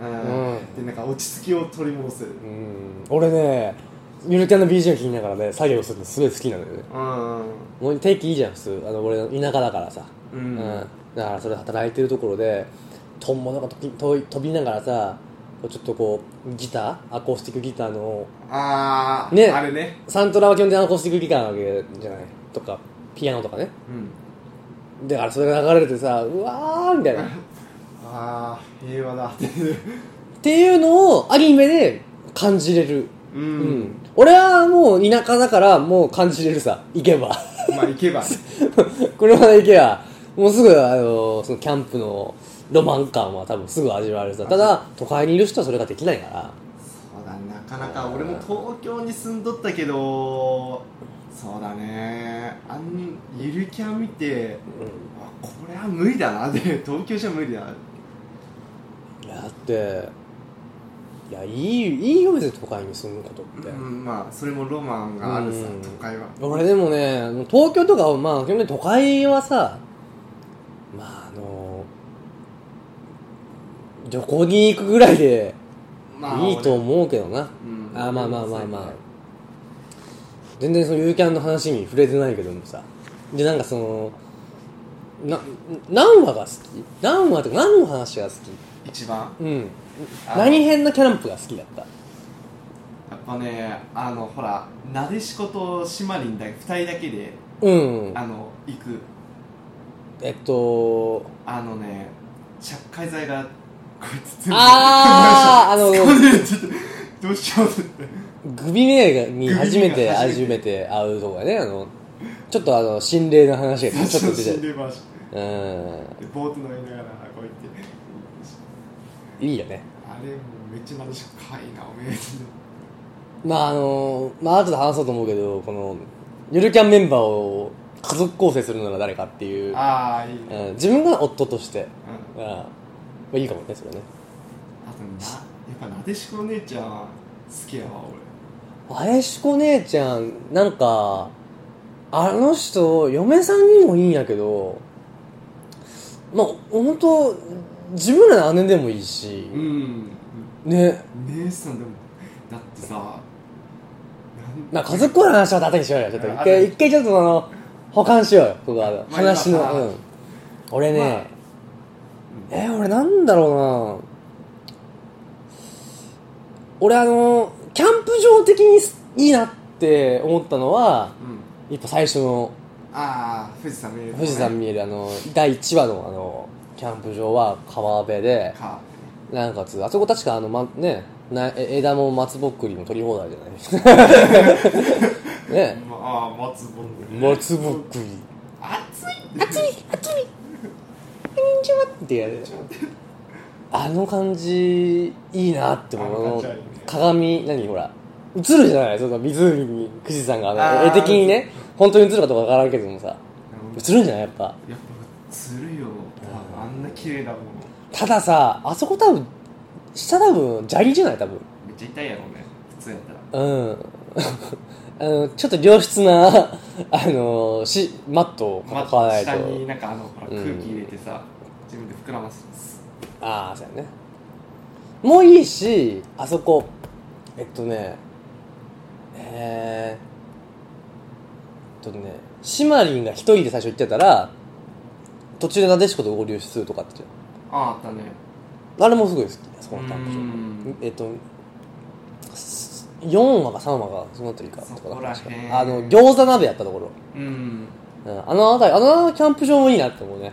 Speaker 2: あー
Speaker 1: うん
Speaker 2: でなんか落ち着きを取り戻せる
Speaker 1: うん俺ねゆるキャンの BGM 聞きながらね作業するのすごい好きなのよね
Speaker 2: うん
Speaker 1: もう定期いいじゃん普通あの俺の田舎だからさ、
Speaker 2: う
Speaker 1: うん
Speaker 2: ん
Speaker 1: だからそれ働いてるところでトンボとか飛び飛び飛びながらさこうちょっとこうギターアコースティックギターの
Speaker 2: あー、
Speaker 1: ね
Speaker 2: あれね、
Speaker 1: サントラは基本的にアコースティックギターなわけじゃないとかピアノとかね
Speaker 2: うん、
Speaker 1: だからそれが流れてさうわーみたいなっ
Speaker 2: あー平和だ
Speaker 1: ていうのをアニメで感じれる
Speaker 2: うん、
Speaker 1: うん、俺はもう田舎だからもう感じれるさ行けば
Speaker 2: まあ行けば
Speaker 1: 車で行けばもうすぐあのそのキャンプのロマン感は多分すぐ味わえるさただ都会にいる人はそれができないから
Speaker 2: そうだなかなか俺も東京に住んどったけどそうだねあんゆるキャン見て
Speaker 1: う
Speaker 2: あこれは無理だなって 東京じゃ無理だなん
Speaker 1: だっていやいいいいよ別に都会に住むことって、
Speaker 2: うん、まあそれもロマンがあるさ、
Speaker 1: うん
Speaker 2: 都会は
Speaker 1: 俺でもねあの東京とかはまあ基本的に都会はさまああの旅行に行くぐらいでいいと
Speaker 2: う、
Speaker 1: 思うけどな、
Speaker 2: うん
Speaker 1: あまあまあまあまあ全然そのユーキャンの話に触れてないけどもさでなんかそのな何話が好き何話とか何の話が好き
Speaker 2: 一番
Speaker 1: うん
Speaker 2: あの
Speaker 1: 何編のキャンプが好きだった
Speaker 2: やっぱねあのほらなでしことしまりんだけ2人だけで
Speaker 1: うん
Speaker 2: あの行く
Speaker 1: えっと
Speaker 2: あのね着火剤がこいつ全部
Speaker 1: あーあ の
Speaker 2: 突っ込んでるちょっとどうしようと思って
Speaker 1: グビメに初め
Speaker 2: グビ
Speaker 1: て
Speaker 2: メが初
Speaker 1: 初め
Speaker 2: め
Speaker 1: て会うとかねあのちょっとあの心霊の話がちょっと出
Speaker 2: 死ん
Speaker 1: て
Speaker 2: でまし
Speaker 1: うん
Speaker 2: でボート乗りながらこうやって
Speaker 1: いいよね
Speaker 2: あれもうめっちゃなでしこかわいいなお めでと
Speaker 1: まああのまあ後で話そうと思うけどこのゆるキャンメンバーを家族構成するなら誰かっていうう、
Speaker 2: ああいいね、うん
Speaker 1: うん、自分が夫として、
Speaker 2: あ
Speaker 1: うんまあ、いいかもねそれね
Speaker 2: となやっぱなでしこお姉ちゃん好きやわ俺
Speaker 1: あやしこ姉ちゃんなんかあの人嫁さんにもいいんやけどまあ本当自分らの姉でもいいし、
Speaker 2: うん
Speaker 1: ね
Speaker 2: 姉さんでもだってさ
Speaker 1: まあ家族の話は後にしようよちょっと一回一回ちょっとあの保管しようよここは
Speaker 2: あ
Speaker 1: 話
Speaker 2: まあ
Speaker 1: の、うん、俺ね、
Speaker 2: まあ
Speaker 1: えー、俺なんだろうな俺あのキャンプ場的にすいいなって思ったのは
Speaker 2: うん
Speaker 1: やっぱ最初の
Speaker 2: ああ富士山見える
Speaker 1: 富士山見えるあの第1話のあのキャンプ場は川辺で
Speaker 2: か
Speaker 1: なんかつあそこ確かあの、ま、ねなえ枝も松ぼっくりも取り放題じゃない ね
Speaker 2: まあ松ぼっくり
Speaker 1: 松ぼっくり
Speaker 2: 暑い
Speaker 1: あっちにあっちにこんにちはってやるあの感じいいなって思う
Speaker 2: あの感じはいいね
Speaker 1: 鏡何ほら映るじゃないその湖に富士山があの
Speaker 2: あー
Speaker 1: 絵的にね本当に映るかどうかわからんけどもさ映るんじゃないやっぱ
Speaker 2: やっぱするよあんな綺麗だもん
Speaker 1: たださあそこ多分下多分砂利じゃない多分
Speaker 2: めっちゃ痛いやろうね普通やったら
Speaker 1: うん あのちょっと良質なあのしマットを
Speaker 2: ま
Speaker 1: 買わな
Speaker 2: あ
Speaker 1: いと
Speaker 2: 下になんかあのほら
Speaker 1: うん
Speaker 2: 空気入れてさ自分で膨らます
Speaker 1: ああそうやねもういいしあそこえっとねえー、えっとねシマリンが一人で最初行ってたら途中でなでしこと合流するとかって
Speaker 2: あああったね
Speaker 1: あれもすごい好きあそうこのキャンプ場
Speaker 2: ん
Speaker 1: えっと4話か3話かその辺りか
Speaker 2: そ
Speaker 1: と
Speaker 2: こ
Speaker 1: から
Speaker 2: へん
Speaker 1: 確かあの餃子鍋やったところ、
Speaker 2: うん
Speaker 1: うん、あの辺りあのキャンプ場もいいなって思うね、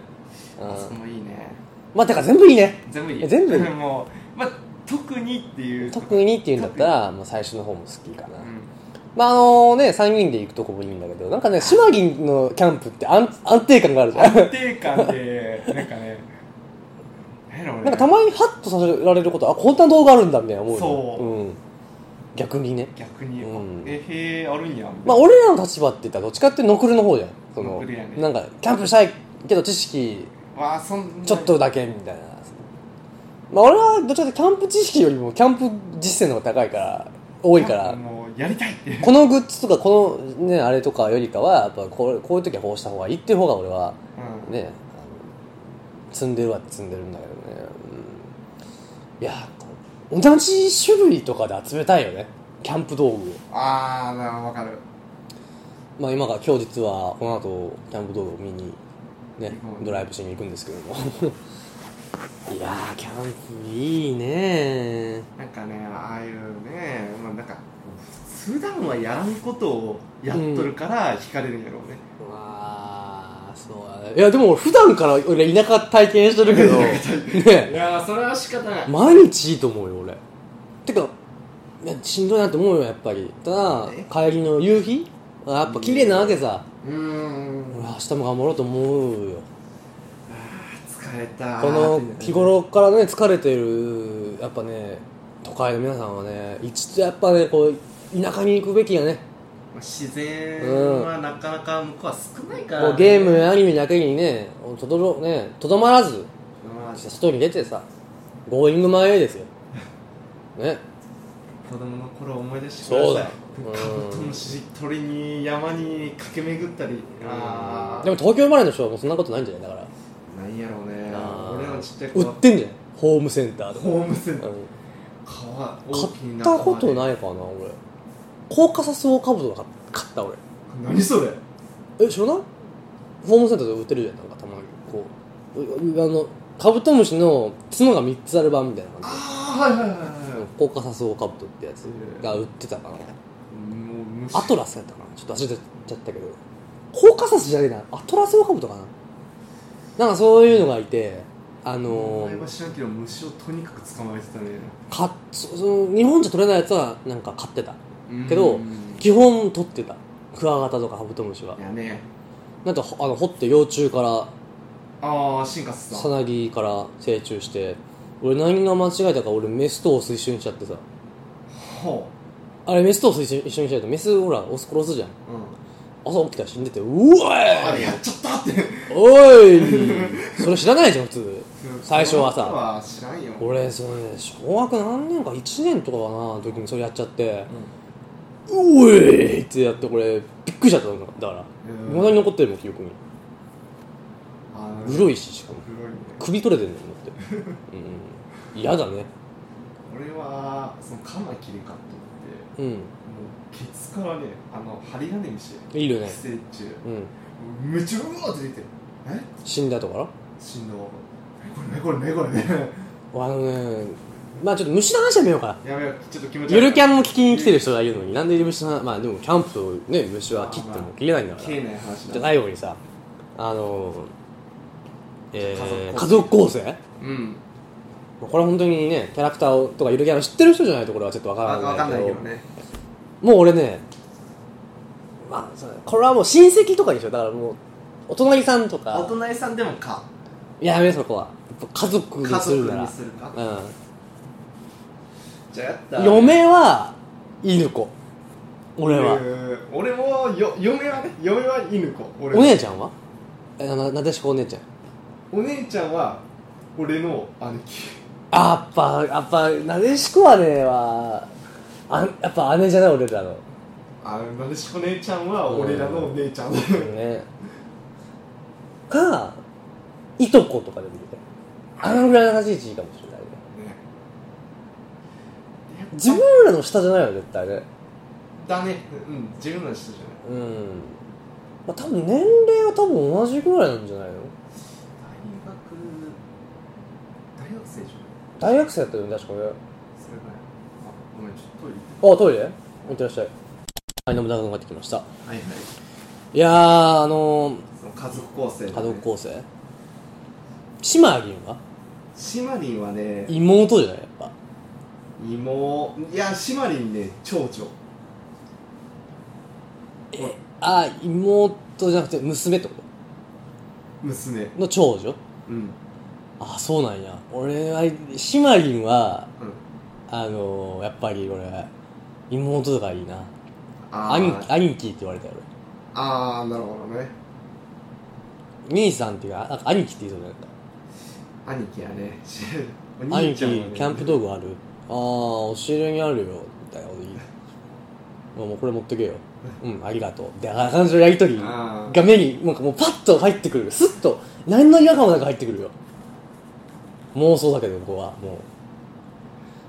Speaker 1: うん、
Speaker 2: あそこもいいね
Speaker 1: まあてか全部いいね
Speaker 2: 全部い
Speaker 1: え
Speaker 2: い
Speaker 1: 全部いい
Speaker 2: もうまあ特にっていうとこ
Speaker 1: 特にっていうんだったら、まあ、最初の方も好きかな、
Speaker 2: うん
Speaker 1: まああのね3人で行くとこもいいんだけどなんかね島銀のキャンプって安安定感があるじゃん
Speaker 2: 安定感でなんか ねなんやろうね
Speaker 1: なんかたまにハッとさせられることあこんな動画あるんだみたいな思うよ
Speaker 2: そう
Speaker 1: うん、逆にね
Speaker 2: 逆に、
Speaker 1: うん
Speaker 2: えへえあるんやみたいな
Speaker 1: まあ俺らの立場って言ったらどっちかっていうとノクルの方じゃんそ
Speaker 2: ノ
Speaker 1: の
Speaker 2: クルやね
Speaker 1: なんかキャンプしたいけど知識
Speaker 2: わあそんな
Speaker 1: ちょっとだけみたいな、まあ俺はどっちかっていうとキャンプ知識よりもキャンプ実践の方が高いから多いから
Speaker 2: もうやりたいって
Speaker 1: このグッズとかこのねあれとかよりかはやっぱこうこういう時はこうした方がいいっていう方が俺は
Speaker 2: うん
Speaker 1: ねあの積んでるは積んでるんだけどね、うん、いやこう同じ種類とかで集めたいよねキャンプ道具を
Speaker 2: ああなるほどわかる
Speaker 1: まあ今が今日実はこの後キャンプ道具を見にね
Speaker 2: 行こう
Speaker 1: ドライブしに行くんですけども いやーキャンプいいね
Speaker 2: なんかねああいうねまあなんか普段はやらんことをやっとるから惹かれるんやろうね、
Speaker 1: うわーそうだねいやでも俺普段から俺田舎体験してるけど
Speaker 2: い
Speaker 1: ね
Speaker 2: やーそれは仕方ない
Speaker 1: 毎日いいと思うよ俺てかいやしんどいなって思うよやっぱりただ
Speaker 2: ね
Speaker 1: 帰りの夕日あやっぱ綺麗なわけさ、
Speaker 2: うーん
Speaker 1: 俺明日も頑張ろうと思うよ
Speaker 2: 疲れた
Speaker 1: この日頃からね疲れてるやっぱね都会の皆さんはね一度やっぱねこう田舎に行くべきやね
Speaker 2: まあ自然
Speaker 1: うん
Speaker 2: はなかなか向こうは少ないからね、
Speaker 1: こうゲームやアニメだけにねとどろねとどまらず
Speaker 2: まあ
Speaker 1: 外に出てさゴーイングマイウェイ ですよね
Speaker 2: 子供の頃を思い出してください
Speaker 1: そうだよ
Speaker 2: カブトムシ鳥に山に駆け巡ったりあ
Speaker 1: で
Speaker 2: ー
Speaker 1: も東京生まれの人はもうそんなことないんじゃないだから
Speaker 2: なんやろうね
Speaker 1: あー
Speaker 2: 俺のちっちゃい
Speaker 1: 売
Speaker 2: 頃
Speaker 1: ってんじゃんホームセンターとか
Speaker 2: ホームセンター
Speaker 1: うん
Speaker 2: 川
Speaker 1: 買
Speaker 2: 大きい
Speaker 1: っ
Speaker 2: な
Speaker 1: たこと
Speaker 2: い
Speaker 1: ないかな俺コーカサスオオカブトとか買った俺
Speaker 2: 何それ
Speaker 1: え知らないホームセンターで売ってるじゃんなんかたまにこううあのカブトムシの角が3つある版みたいな感じ
Speaker 2: ああはいはいはいは
Speaker 1: 高価サスオオカブトってやつが売ってたかない
Speaker 2: もう虫
Speaker 1: アトラスやったかなちょっと忘れちゃったけど高価サスじゃねえなアトラスオオカブトかななんかそういうのがいてあの
Speaker 2: お前
Speaker 1: ー
Speaker 2: は知らんけど虫をとにかく捕まえてたね
Speaker 1: かそその日本じゃ取れないやつはなんか買ってたけど
Speaker 2: うん
Speaker 1: 基本取ってたクワガタとかカブトムシは
Speaker 2: やね
Speaker 1: なんかほあの掘って幼虫から
Speaker 2: ああ進化す
Speaker 1: さ
Speaker 2: た
Speaker 1: なぎから成虫して俺何が間違えたか俺メスとオス一緒にしちゃってさ
Speaker 2: ほ
Speaker 1: あれメスとオス一緒にしちゃうとメスほらオス殺すじゃん
Speaker 2: ううん
Speaker 1: 朝起きたら死んでてうわ
Speaker 2: あれ
Speaker 1: い
Speaker 2: やっちゃったって
Speaker 1: おい それ知らないじゃん普通最初はさ
Speaker 2: その頃は知らんよ
Speaker 1: 俺それね小学何年か1年とかかなの時にそれやっちゃって
Speaker 2: う
Speaker 1: うおいってやってこれびっくりしちゃったのだから
Speaker 2: うん
Speaker 1: 未だに残ってるもん記憶に
Speaker 2: んあー
Speaker 1: 黒いししかも
Speaker 2: 黒いね
Speaker 1: 首取れてんの思ってうん嫌だね
Speaker 2: 俺はそのカマキリかと思って
Speaker 1: うん
Speaker 2: もうケツからねあの針金虫
Speaker 1: いいよ
Speaker 2: 寄
Speaker 1: ね
Speaker 2: 生虫
Speaker 1: うん
Speaker 2: めっちゃうわーって出てえ
Speaker 1: 死んだとかな
Speaker 2: 振動えこれねこれねこれね
Speaker 1: あのねまあちょっと虫の話はやめようか
Speaker 2: やべえちょっと気持ち悪い
Speaker 1: ゆるキャンも聞きに来てる人がいるのになんで虫の話まあでもキャンプとね虫は切っても切れないんだから
Speaker 2: 消えない話
Speaker 1: じゃ
Speaker 2: だ
Speaker 1: 最後にさあのえー、
Speaker 2: 家
Speaker 1: 家
Speaker 2: 族
Speaker 1: 族
Speaker 2: 構
Speaker 1: 構成
Speaker 2: うん
Speaker 1: これは本当にねキャラクターをとかゆるキャンを知ってる人じゃないところはちょっとわから
Speaker 2: わ
Speaker 1: ない
Speaker 2: わかんないけどね
Speaker 1: もう俺ねまあそうだねこれはもう親戚とかにしようだからもうお隣さんと
Speaker 2: お
Speaker 1: か
Speaker 2: 隣さんでもか
Speaker 1: いややめようそこはやっぱ家族
Speaker 2: 家
Speaker 1: にす
Speaker 2: 族
Speaker 1: るな
Speaker 2: に
Speaker 1: ら
Speaker 2: するか
Speaker 1: うん
Speaker 2: じゃあやったら
Speaker 1: 嫁は犬子俺は、
Speaker 2: えー俺もよ嫁はね嫁は犬子俺
Speaker 1: お姉
Speaker 2: は
Speaker 1: ちゃんはえななでしこお姉ちゃん
Speaker 2: お姉ちゃんは俺の姉貴
Speaker 1: あやっぱやっぱなでしこはねはあやっぱ姉じゃない俺らの、
Speaker 2: あなでしこ姉ちゃんは俺らのお姉ちゃん
Speaker 1: ねかいとことかで見ててあのぐらいの立ち位置いいかもしれないね
Speaker 2: ね
Speaker 1: 自分らの下じゃないよ絶対ね
Speaker 2: だねうん自分の人じゃ
Speaker 1: うん、まあ、多分年齢は多分同じぐらいなんじゃないの
Speaker 2: ない大学大学生でしょ
Speaker 1: 大学生やったよね確かね
Speaker 2: それぐらいあごめんちょっとトイレ行って
Speaker 1: あトイレいってらっしゃいはい飲むだくなってきました
Speaker 2: はいはい
Speaker 1: いやーあのー、
Speaker 2: その家族構成、ね、
Speaker 1: 家族構成シマリンは
Speaker 2: シマリンはね
Speaker 1: 妹じゃないやっぱ
Speaker 2: 妹いやシマリンね長女
Speaker 1: あ妹じゃなくて娘ってこ
Speaker 2: 娘
Speaker 1: との長女
Speaker 2: うんうん
Speaker 1: あそうなんや俺はシマリンはあのー、やっぱり俺妹とかいいな
Speaker 2: あ
Speaker 1: 兄
Speaker 2: ー
Speaker 1: 兄貴って言われたよ
Speaker 2: あーなるほどね
Speaker 1: 俺兄さんっていうかなんか兄貴って言うじゃないか
Speaker 2: 兄貴やね お
Speaker 1: 兄
Speaker 2: 兄
Speaker 1: 貴
Speaker 2: ちゃんはね
Speaker 1: キャンプ道具あるああお尻にあるよみたいなこと言うまあもうこれ持ってけようんありがとうであ感じのやりとり
Speaker 2: あー
Speaker 1: が目になんかもうパッと入ってくるスッと何の違和感もなく入ってくるよ妄想だけどここはもう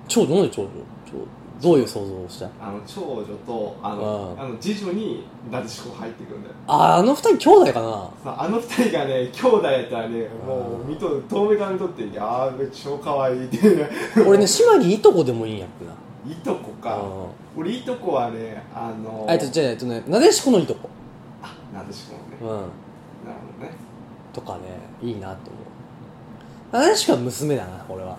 Speaker 1: 長女なんで長女長どういう想像をした
Speaker 2: あの長女とあの
Speaker 1: うん
Speaker 2: あの次女になでしこ入ってくるんだよ
Speaker 1: ああの二人兄弟かな
Speaker 2: さあの二人がね兄弟やったらねもう見と遠目から見とっていやー超可愛いっていうね
Speaker 1: 俺ね島にいとこでもいいんやってない
Speaker 2: とこか
Speaker 1: あ
Speaker 2: 俺いとこはねあの
Speaker 1: あえっとじゃあえっとねなでしこのいとこ
Speaker 2: あなでしこもね
Speaker 1: うん
Speaker 2: なるほどね
Speaker 1: とかねいいなと思うなでしこは娘だな俺は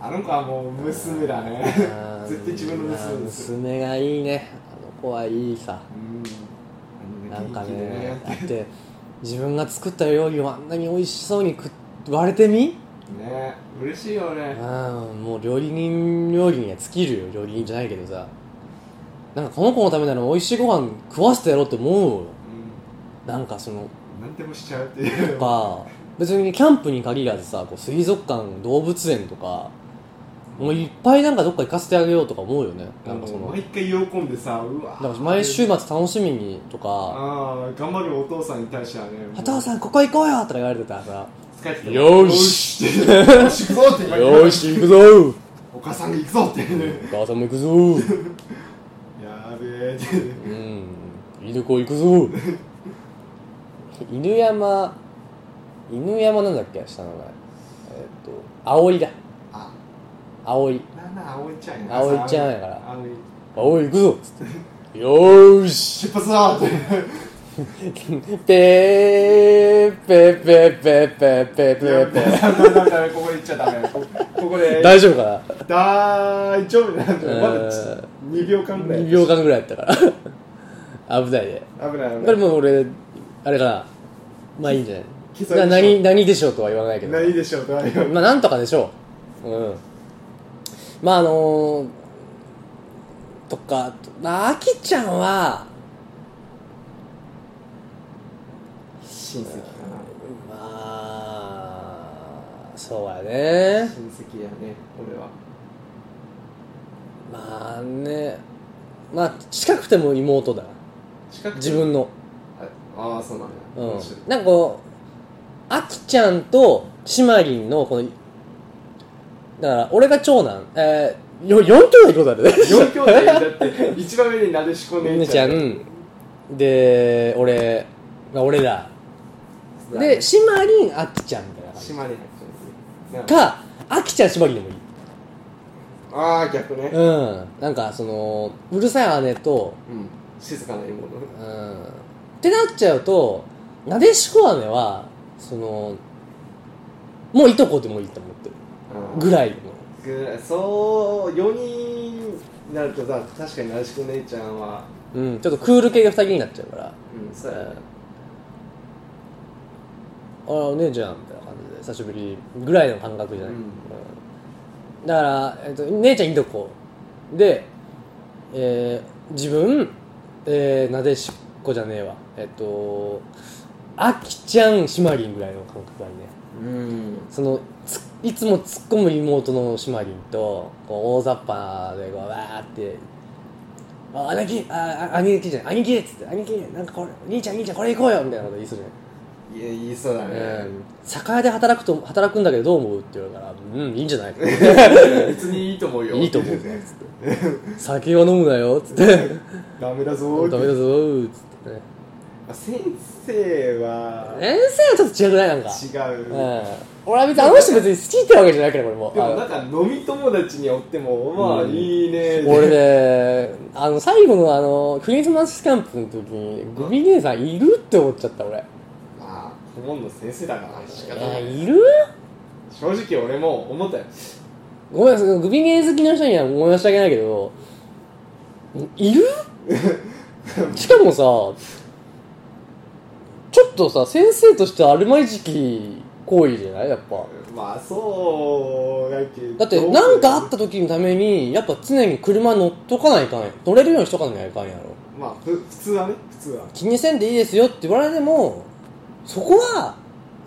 Speaker 2: あの子はもう娘だね 絶対自分の娘
Speaker 1: うん
Speaker 2: です
Speaker 1: 娘がいいねあの子はいいさ
Speaker 2: うん
Speaker 1: なんか
Speaker 2: 元気で
Speaker 1: ねだって自分が作った料理をあんなに美味しそうに食われてみ
Speaker 2: ね嬉しいよ
Speaker 1: う
Speaker 2: ね
Speaker 1: んもう料理人料理には尽きるよ料理人じゃないけどさなんかこの子のためなら美味しいご飯食わせてやろうって思うよ
Speaker 2: う
Speaker 1: なんかその
Speaker 2: ん何でもしちゃうっ ていう
Speaker 1: とか別にキャンプに限らずさこう水族館動物園とかもういっぱいなんかどっか行かせてあげようとか思うよねなんかそ
Speaker 2: もう
Speaker 1: の
Speaker 2: 毎回喜んでさうわ
Speaker 1: だから毎週末楽しみにとか
Speaker 2: ああ頑張るお父さんに対してはね
Speaker 1: 「お父さ
Speaker 2: ん
Speaker 1: んここ行こうよ」とか言われてたらさ
Speaker 2: 疲れてた
Speaker 1: よー
Speaker 2: し
Speaker 1: し
Speaker 2: よし行くぞって
Speaker 1: 「
Speaker 2: 言われて
Speaker 1: よーし行くぞ
Speaker 2: お母さんが行くぞってね
Speaker 1: お母さんも行くぞ
Speaker 2: やべえってね
Speaker 1: うん犬子行くぞ犬山犬山なんだっけ下の名前えっと葵だ
Speaker 2: あ
Speaker 1: 葵
Speaker 2: なんだ葵ちゃんや
Speaker 1: 葵ちゃんやから
Speaker 2: 葵
Speaker 1: 葵行くぞっつ ってよーし
Speaker 2: 出発だって
Speaker 1: ペーペーペーペーペーペーペ
Speaker 2: いや
Speaker 1: ーペ ー
Speaker 2: ダメダメダメここで行っちゃダメこここ で
Speaker 1: 大丈夫かな
Speaker 2: 大丈夫なんだよまだ
Speaker 1: え
Speaker 2: 2秒間ぐらい
Speaker 1: 2秒間ぐらいやったから 危ないね
Speaker 2: 危ない
Speaker 1: こ
Speaker 2: 危
Speaker 1: れ
Speaker 2: ない
Speaker 1: もう俺あれかなまあいいんじゃ
Speaker 2: 記
Speaker 1: な
Speaker 2: 載
Speaker 1: いな何何でしょうとは言わないけど
Speaker 2: 何でしょうとは言わない
Speaker 1: まあなんとかでしょう、うん、まああのーとかまああきちゃんは
Speaker 2: 親戚か
Speaker 1: まあそうやね
Speaker 2: な親戚やね俺は
Speaker 1: まあねまあ近くても妹だな
Speaker 2: 近く
Speaker 1: 自分の
Speaker 2: ああーそうなん
Speaker 1: う
Speaker 2: だ
Speaker 1: ん
Speaker 2: 面白い
Speaker 1: なんかこうあきちゃんとしまりんのこのだから俺が長男えー、よ4兄弟ってことだね
Speaker 2: 四兄弟だって一番上になでしこ姉
Speaker 1: 姉
Speaker 2: ち
Speaker 1: ち
Speaker 2: ゃ
Speaker 1: ゃ
Speaker 2: ん
Speaker 1: んで俺が俺らでしまりんあきちゃんみたいな感じ
Speaker 2: 島に入っちゃうね
Speaker 1: かあきちゃんしまりんでもいい
Speaker 2: ああ逆ね
Speaker 1: うんなんかそのうるさい姉と
Speaker 2: うん静かな妹ね
Speaker 1: うんってなっちゃうとなでしこ姉はそのもういとこでもいいと思ってる
Speaker 2: あー
Speaker 1: ぐらいの
Speaker 2: ぐらいそう4人になるとさ確かになでしこ姉ちゃんは
Speaker 1: うんちょっとクール系が2人になっちゃうから
Speaker 2: うん
Speaker 1: う
Speaker 2: そ
Speaker 1: ん
Speaker 2: うやね
Speaker 1: あらお姉ちゃんみたいな感じで久しぶりぐらいの感覚じゃない、
Speaker 2: うん
Speaker 1: うんだから、えっと、姉ちゃんいとこで、えー自分、えーなでしっこじゃねえわえっとあきちゃんしまりんぐらいの感覚がいいね
Speaker 2: うん
Speaker 1: そのついつも突っ込む妹のシマリンとこう大雑把でこうわーって「あ兄貴ああ兄貴じゃない兄貴」っつって「兄貴なんかこれ兄ちゃん兄ちゃんこれ行こうよ」みたいなこと言いそうじゃない
Speaker 2: いや言いそうだね
Speaker 1: うん酒屋で働くと働くんだけどどう思うって言われたら「うんいいんじゃ ない?」
Speaker 2: 別にいいと思うよ
Speaker 1: いいと思うねつって「酒は飲むなよ」っつって「
Speaker 2: ダメだぞー
Speaker 1: ダ
Speaker 2: って
Speaker 1: メだぞ」っつってね
Speaker 2: あ先生は
Speaker 1: 先生はちょっと違くないなんか、
Speaker 2: 違う、
Speaker 1: うん、俺は別にあの人別に好きってわけじゃないからこれも
Speaker 2: でも
Speaker 1: あの
Speaker 2: なんか飲み友達におってもまあ
Speaker 1: うん
Speaker 2: いいねー
Speaker 1: 俺ねあの最後のあのクリスマスキャンプの時にグミ姉さんいるって思っちゃった俺
Speaker 2: まあ顧問の先生だから仕方な
Speaker 1: え
Speaker 2: い
Speaker 1: ーいる
Speaker 2: 正直俺も思ったよ
Speaker 1: ごめんグミ姉好きの人には申し訳ないけどい るしかもさちょっとさ先生としてあるまいじき行為じゃないやっぱ
Speaker 2: まあそうだけど
Speaker 1: だって何かあった時のためにやっぱ常に車乗っとかないかんや乗れるようにしとかないかんやろ
Speaker 2: まあふ普通はね普通は
Speaker 1: 気にせんでいいですよって言われてもそこは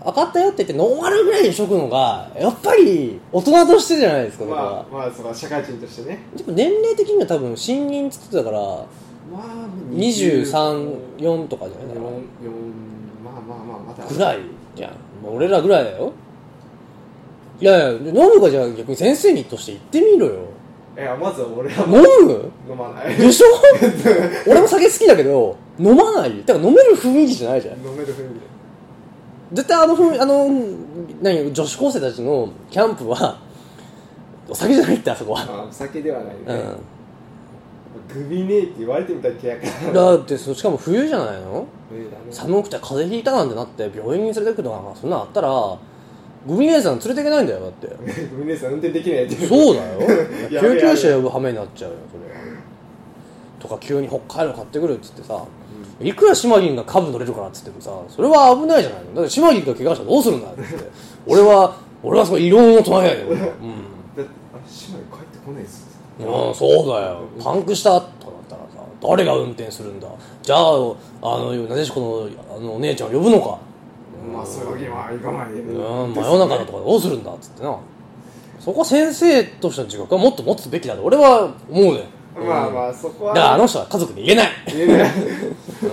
Speaker 1: 分かったよって言ってノーマルぐらいにしとくのがやっぱり大人としてじゃないですか僕は、
Speaker 2: まあまあその社会人としてね
Speaker 1: でも年齢的には多分新任つってたから
Speaker 2: まあ
Speaker 1: 234とかじゃないかな
Speaker 2: 4まあまあまあまだ
Speaker 1: ぐらいじゃん、まあ俺らぐらいだよいやいやノブがじゃあ逆に先生にとして言ってみろよ
Speaker 2: いやまずは俺は
Speaker 1: 飲む
Speaker 2: 飲ま ない飲
Speaker 1: でし ょ俺も酒好きだけど飲まないだから飲める雰囲気じゃないじゃん
Speaker 2: める雰囲
Speaker 1: 絶対あの雰囲あの何女子高生たちのキャンプはお酒じゃないってあそこ
Speaker 2: 気
Speaker 1: は、
Speaker 2: あ酒ではないね、
Speaker 1: うん、
Speaker 2: グビねえって言われてみたけやから
Speaker 1: だってそしかも冬じゃないの
Speaker 2: 冬だね
Speaker 1: 寒くて風邪ひいたなんてなって病院に連れてくとかそんなのあったらグミ姉さん連れていけないんだよだって
Speaker 2: グビねえさん運転でき ないって
Speaker 1: そうだよ
Speaker 2: やべえ
Speaker 1: 救急車呼ぶ羽目になっちゃうよそれはとか急に北海道買ってくるっつってさ、いくらシマリンが株乗れるからっつってもさそれは危ないじゃないのだってシマリンが怪我したらどうするんだって俺は俺はその異論を唱えないよ俺は
Speaker 2: だってあ姉妹帰ってこないっす
Speaker 1: うん、うん、そうだよパンクしたとかなったらさ誰が運転するんだじゃああのなでしこのあのお姉ちゃんを呼ぶのか
Speaker 2: まあそういうわけにはいかない
Speaker 1: うん真夜中だとかどうするんだっつってなそこは先生としての自覚はもっと持つべきだと俺は思うね
Speaker 2: まあまあそこ
Speaker 1: だ
Speaker 2: は
Speaker 1: からあの人は家族に言えない
Speaker 2: 言えない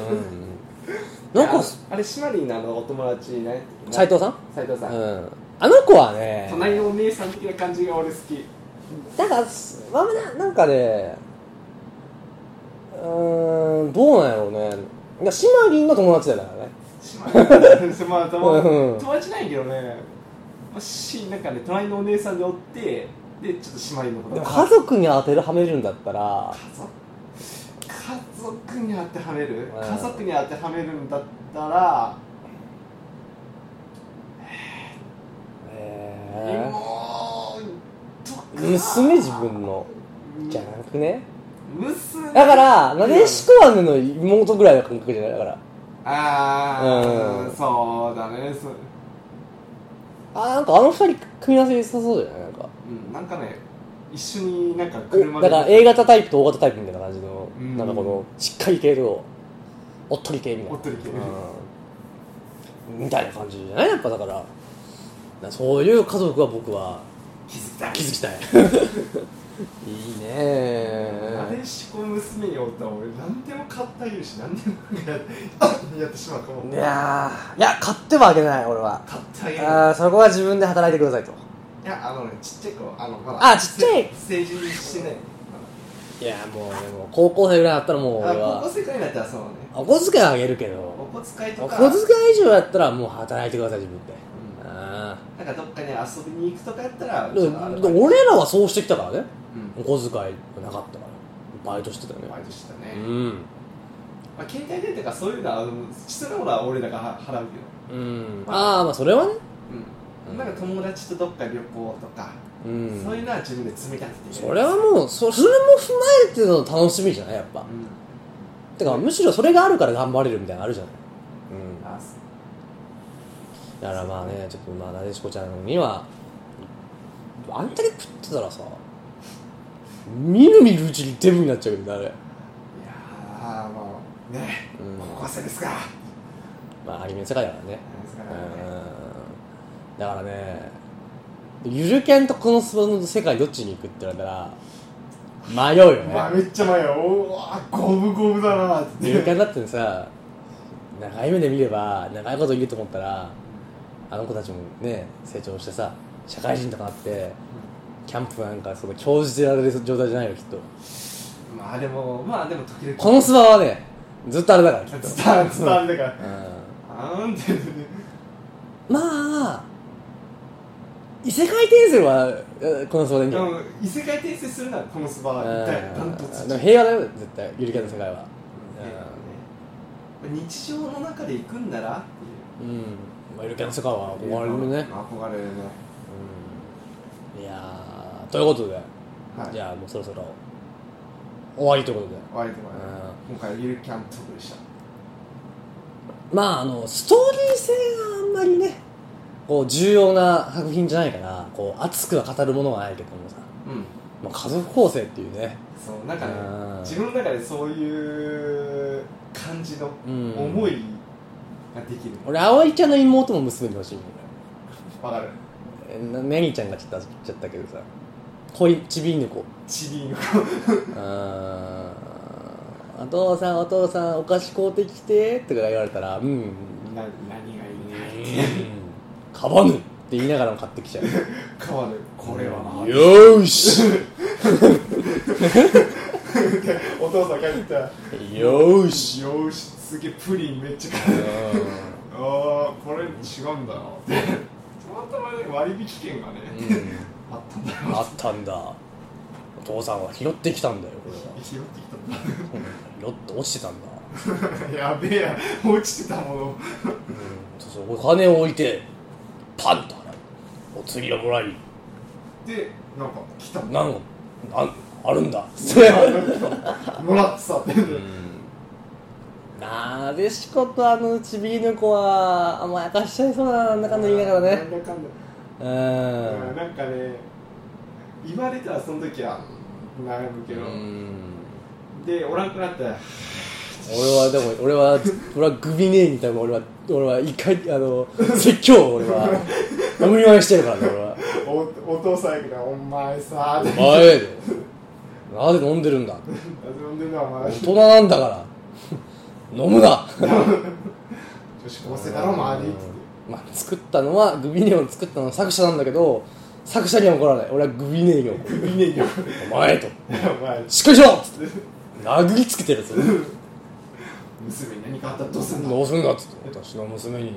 Speaker 1: なんか
Speaker 2: ああれシマリンのあのお友達いない
Speaker 1: 斎藤さん
Speaker 2: 斉藤さん、
Speaker 1: うんあの子はね
Speaker 2: 隣のお姉さん的な感じが俺好き
Speaker 1: なんかすまあななんかねうーんどうなんやろうねいやシマリンの友達だからね
Speaker 2: シ マリンまあ
Speaker 1: うん
Speaker 2: 友友達ないけどねまあしなんかね隣のお姉さんでおってでちょっとシマリンのこ
Speaker 1: で
Speaker 2: と
Speaker 1: も家族に当てるはめるんだったら
Speaker 2: 家族に当てはめる
Speaker 1: うん
Speaker 2: 家族に当てはめるんだったら
Speaker 1: えー
Speaker 2: 妹とか
Speaker 1: 娘自分のじゃなくね
Speaker 2: 娘
Speaker 1: だから、なでしこ姉の妹ぐらいの感覚じゃないだから。
Speaker 2: ああ、
Speaker 1: うん
Speaker 2: そうだねそう、
Speaker 1: あ、なんかあの二人組み合わせ良さそうじゃないなんか。
Speaker 2: うん、なんかね一緒になんか車
Speaker 1: お
Speaker 2: で
Speaker 1: だから A 型タイプと O 型タイプみたいな感じの、
Speaker 2: うん
Speaker 1: なんかこの、しっかり系と、おっとり系みたいな。
Speaker 2: おっとり系
Speaker 1: うんみたいな感じじゃないやっぱだから。だからそういう家族は僕は
Speaker 2: 気づいた
Speaker 1: 気づきたい。 いいね
Speaker 2: な
Speaker 1: ー
Speaker 2: でしこ娘におったら俺何でも買ってあげるし何でもや っやってしまうかも
Speaker 1: いやーいや、買ってはあげない、俺は。
Speaker 2: 買ってあげる
Speaker 1: あーそこは自分で働いてくださいと。
Speaker 2: いやあのねちっちゃい子あのま
Speaker 1: あちっちゃい
Speaker 2: 成人してない
Speaker 1: いやもうでも高校生ぐらいだったらもう
Speaker 2: ま
Speaker 1: 俺
Speaker 2: だあ高
Speaker 1: は
Speaker 2: 校生くらいになったらそうね
Speaker 1: お小遣いあげるけ
Speaker 2: お
Speaker 1: ど
Speaker 2: 小遣い
Speaker 1: お
Speaker 2: とか
Speaker 1: 小遣い以上だったらもう働いてください自分で
Speaker 2: う
Speaker 1: あ
Speaker 2: んなんかどっかに遊びに行くとかやったら
Speaker 1: あ
Speaker 2: ち
Speaker 1: で
Speaker 2: ょっとあれ
Speaker 1: も
Speaker 2: だ
Speaker 1: でも俺らはそうしてきたからね
Speaker 2: うん
Speaker 1: お小遣いなかったからバイトしてたよね
Speaker 2: バイトしてた
Speaker 1: う
Speaker 2: ね
Speaker 1: ん
Speaker 2: まあ携帯電とかそういうのはうんしてたものは俺らが払うけど
Speaker 1: うんああまあそれはね
Speaker 2: うんなんか友達とどっか旅行とか
Speaker 1: う
Speaker 2: そうい
Speaker 1: ん
Speaker 2: うのは自分で積み立てて
Speaker 1: それはもうそそれも踏まえての楽しみじゃないやっぱ
Speaker 2: うん
Speaker 1: てかむしろそれがあるから頑張れるみたいなのあるじゃないうん
Speaker 2: あそう
Speaker 1: だからまあねちょっとまあなでしこちゃんにはあんだけ食ってたらさみるみるうちにデブになっちゃうけどねあれ、
Speaker 2: いやーもうね
Speaker 1: うん
Speaker 2: 高校生ですから
Speaker 1: まあアニメの世界だからね
Speaker 2: ですか
Speaker 1: う
Speaker 2: らね
Speaker 1: んだからねゆるキャンとこのスポの世界どっちに行くって言われたら迷うよね、
Speaker 2: まあめっちゃ前よおー五分五分だなーって
Speaker 1: ゆるキャンだってさ長い目で見れば長いこと言うと思ったらあの子たちもね成長してさ社会人とかなってキャンプなんかその教じてられる状態じゃないよきっと
Speaker 2: まあでもまあでも時々
Speaker 1: このスバはねずっとあれだからきっと、
Speaker 2: 伝わる伝わるだから
Speaker 1: う
Speaker 2: あーんって
Speaker 1: ん、まあ異世界転生はえこのスバでいいん
Speaker 2: で
Speaker 1: じゃない
Speaker 2: も異世界転生するならこのスバは一体ダントツ
Speaker 1: うんでも平和だよ絶対ゆるキャンの世界は
Speaker 2: うん日常の中で行くんならっていう
Speaker 1: うん、まあ、ゆるキャンの世界は終わるね、
Speaker 2: 憧れるね
Speaker 1: うん、いやーということで、
Speaker 2: はい
Speaker 1: じゃあもうそろそろ終わりということで、
Speaker 2: 終わりと
Speaker 1: う
Speaker 2: かね
Speaker 1: ん、
Speaker 2: 今回ゆるキャンプでした
Speaker 1: まああのストーリー性があんまりねこう重要な作品じゃないからこう熱くは語るものはないけどもさ、
Speaker 2: うん
Speaker 1: まあ、家族構成っていうね
Speaker 2: そうなんかね
Speaker 1: うん
Speaker 2: 自分の中でそういう感じの
Speaker 1: うん
Speaker 2: 思いができる
Speaker 1: 俺葵ちゃんの妹も娘に欲しいもん
Speaker 2: わかる
Speaker 1: えなネギちゃんがちょっと遊びちゃったけどさ恋ちび犬子
Speaker 2: チビの
Speaker 1: あーお父さんお父さんお菓子買うてきてとか言われたらうん
Speaker 2: な何がいいね
Speaker 1: かばぬって言いながらも買ってきちゃう
Speaker 2: 変わるこれはな
Speaker 1: よーし
Speaker 2: でお父さん帰ってきたら
Speaker 1: よーし
Speaker 2: よーしすげえプリンめっちゃ買うあーこれ違うんだなってたまたまね割引券がね、
Speaker 1: うん
Speaker 2: あったんだよ
Speaker 1: あったんだお父さんは拾ってきたんだよこ
Speaker 2: 拾ってきたん
Speaker 1: れ
Speaker 2: だ
Speaker 1: はロッと落ちてたんだ、
Speaker 2: やべえや落ちてたもの
Speaker 1: うん、そうそうお金を置いてパンと払いお釣りをもらい
Speaker 2: でなんか来たんだ
Speaker 1: なんなんあるんだ
Speaker 2: もらってたって
Speaker 1: なでしことあのちびりの子は甘やかしちゃいそうだななんだかんだ言いながら
Speaker 2: な
Speaker 1: ね
Speaker 2: んだかんだ
Speaker 1: う
Speaker 2: うん
Speaker 1: ん
Speaker 2: なんかね言われたらその時は悩むけど、
Speaker 1: うん
Speaker 2: でおらんくなったら
Speaker 1: 俺はでも俺は俺はグビねえみたいな俺は俺は一回あの説教を俺は飲み回してるからね俺は
Speaker 2: おお父さんやけど「お前さ」
Speaker 1: 「おいなぜ飲んでるんだ
Speaker 2: 遊んでんなお
Speaker 1: 大
Speaker 2: 前
Speaker 1: 人なんだから 飲むな!」
Speaker 2: 女子高生だろ周り」っつって
Speaker 1: まあ、作ったのはグビネを作ったのは作者なんだけど作者には怒らない俺はグビネに怒る
Speaker 2: 「いいねえよ」
Speaker 1: お前と
Speaker 2: お前
Speaker 1: しっかりしろっつって殴りつけてるぞ
Speaker 2: 娘に何かあったらどうすんの
Speaker 1: どうすんだっつって私の娘に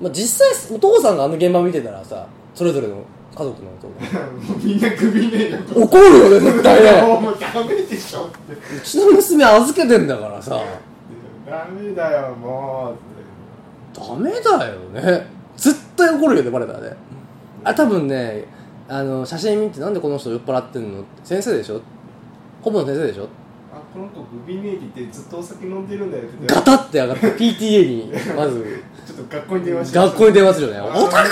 Speaker 1: まあ実際お父さんがあの現場見てたらさそれぞれの家族のお父
Speaker 2: みんなクビねえよ
Speaker 1: さん怒るよね絶対ね
Speaker 2: もうダメでしょって
Speaker 1: うちの娘預けてんだからさ
Speaker 2: ダメだよもうって
Speaker 1: ダメだよね絶対怒るよねバレたらねあ多分ねあの写真見てなんでこの人酔っ払ってんのって先生でしょ顧問の先生でしょ
Speaker 2: あこの子グビネーって言ってずっとお酒飲んでるんだよって言って
Speaker 1: ガタって上がって PTA にまず
Speaker 2: ちょっと学校に電話して
Speaker 1: 学校に電話するよね
Speaker 2: あ
Speaker 1: オタクの学校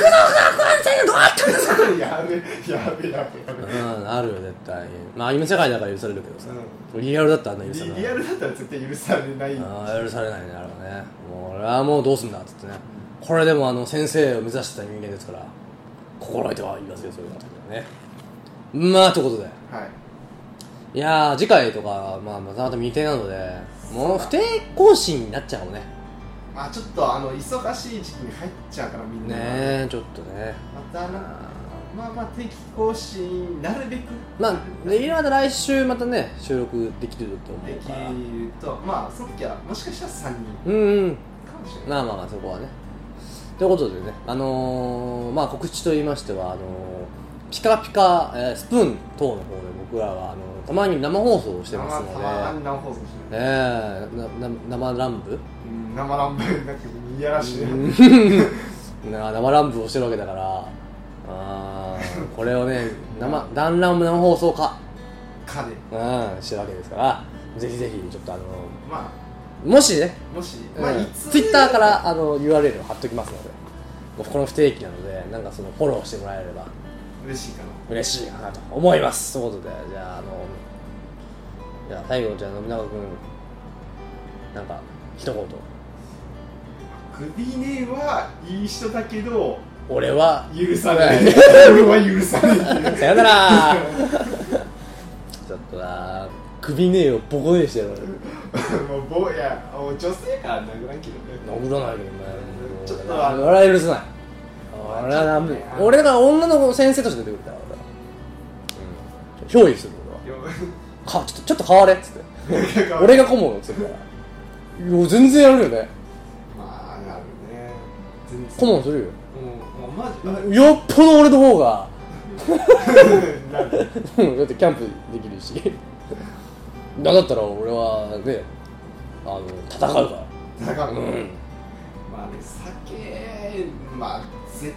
Speaker 1: 生どうやったんですか
Speaker 2: やべやべやべやべ
Speaker 1: うんあるよ絶対まあアニメ世界だから許されるけどさ、
Speaker 2: う
Speaker 1: リアルだったらあんな許され
Speaker 2: リ
Speaker 1: ない
Speaker 2: リアルだったら絶対許されない
Speaker 1: ああ許されないねあれはねもう俺はもうどうすんだっつってねこれでもあの先生を目指してた人間ですから心得てはいますよそういうのはねまあということで
Speaker 2: はい
Speaker 1: いやー次回とか、まあ、またまた未定なのでもう不定更新になっちゃうもんね
Speaker 2: まあちょっとあの忙しい時期に入っちゃうからみんな
Speaker 1: ねえちょっとね
Speaker 2: またなんか
Speaker 1: あ
Speaker 2: まあまあ定期更新なるべく
Speaker 1: ーまあレギュラーで来週またね収録できると思
Speaker 2: で
Speaker 1: う
Speaker 2: き
Speaker 1: から
Speaker 2: るとまあその時はもしかしたら3人
Speaker 1: うんうん
Speaker 2: かもしれない
Speaker 1: まあまあまあそこはねということでねあのーまあ告知と言いましてはあのーピカピカ、えースプーン等の方で僕らはあのーたまに生放送をしてますの
Speaker 2: たま
Speaker 1: で
Speaker 2: に生放送してる、
Speaker 1: えーなな生ランブ
Speaker 2: うん生ランブなんかいやらしい、ね、
Speaker 1: な生ランブをしてるわけだからあーこれをね生弾丸生放送化、
Speaker 2: かで
Speaker 1: うん、してるわけですからぜひぜひちょっとあの
Speaker 2: ま
Speaker 1: ーもしね
Speaker 2: あもし、まあいつ
Speaker 1: ツイッターからあの URL を貼っときますのでもうこの不定期なのでなんかそのフォローしてもらえれば
Speaker 2: 嬉しいかな
Speaker 1: 嬉しいかなと思いますということでじゃああのじゃあ最後じゃあ信長君なんか一言
Speaker 2: グビネはいい人だけど
Speaker 1: 俺は
Speaker 2: 許さない俺は許さないっていう
Speaker 1: さよならちょっとな首ねえをボコねえしてやる
Speaker 2: もう坊やもう女性から殴らんけどね
Speaker 1: 殴らないけどね
Speaker 2: ちょっと
Speaker 1: 俺は
Speaker 2: あの
Speaker 1: 俺は許せない俺はダメだよ俺だから女の子の先生として出てくるから俺はうん憑依する俺はかちょっとちょっと変われっつって俺
Speaker 2: が
Speaker 1: が顧問をつってからいや全然やるよね
Speaker 2: まあなるね全然
Speaker 1: 顧問するよ
Speaker 2: もうもうマジあ
Speaker 1: よっぽど俺の方が
Speaker 2: なる
Speaker 1: うんだってキャンプできるしだだったら俺はねあの戦うか
Speaker 2: だから
Speaker 1: らうん
Speaker 2: まあね酒まあぜ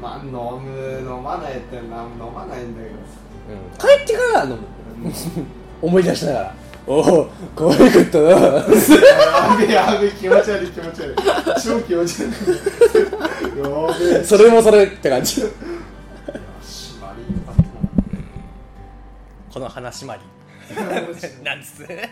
Speaker 2: まあ飲む飲まないってな飲まないんだけど
Speaker 1: 帰ってから飲む
Speaker 2: さ
Speaker 1: 思い出しながらおお可愛かったな
Speaker 2: やべやべ気持ち悪い気持ち悪い超気持ち悪いやべ え
Speaker 1: それもそれって感じ
Speaker 2: 締まりよかった
Speaker 1: この話まり
Speaker 2: なや
Speaker 1: なんですね
Speaker 2: べえ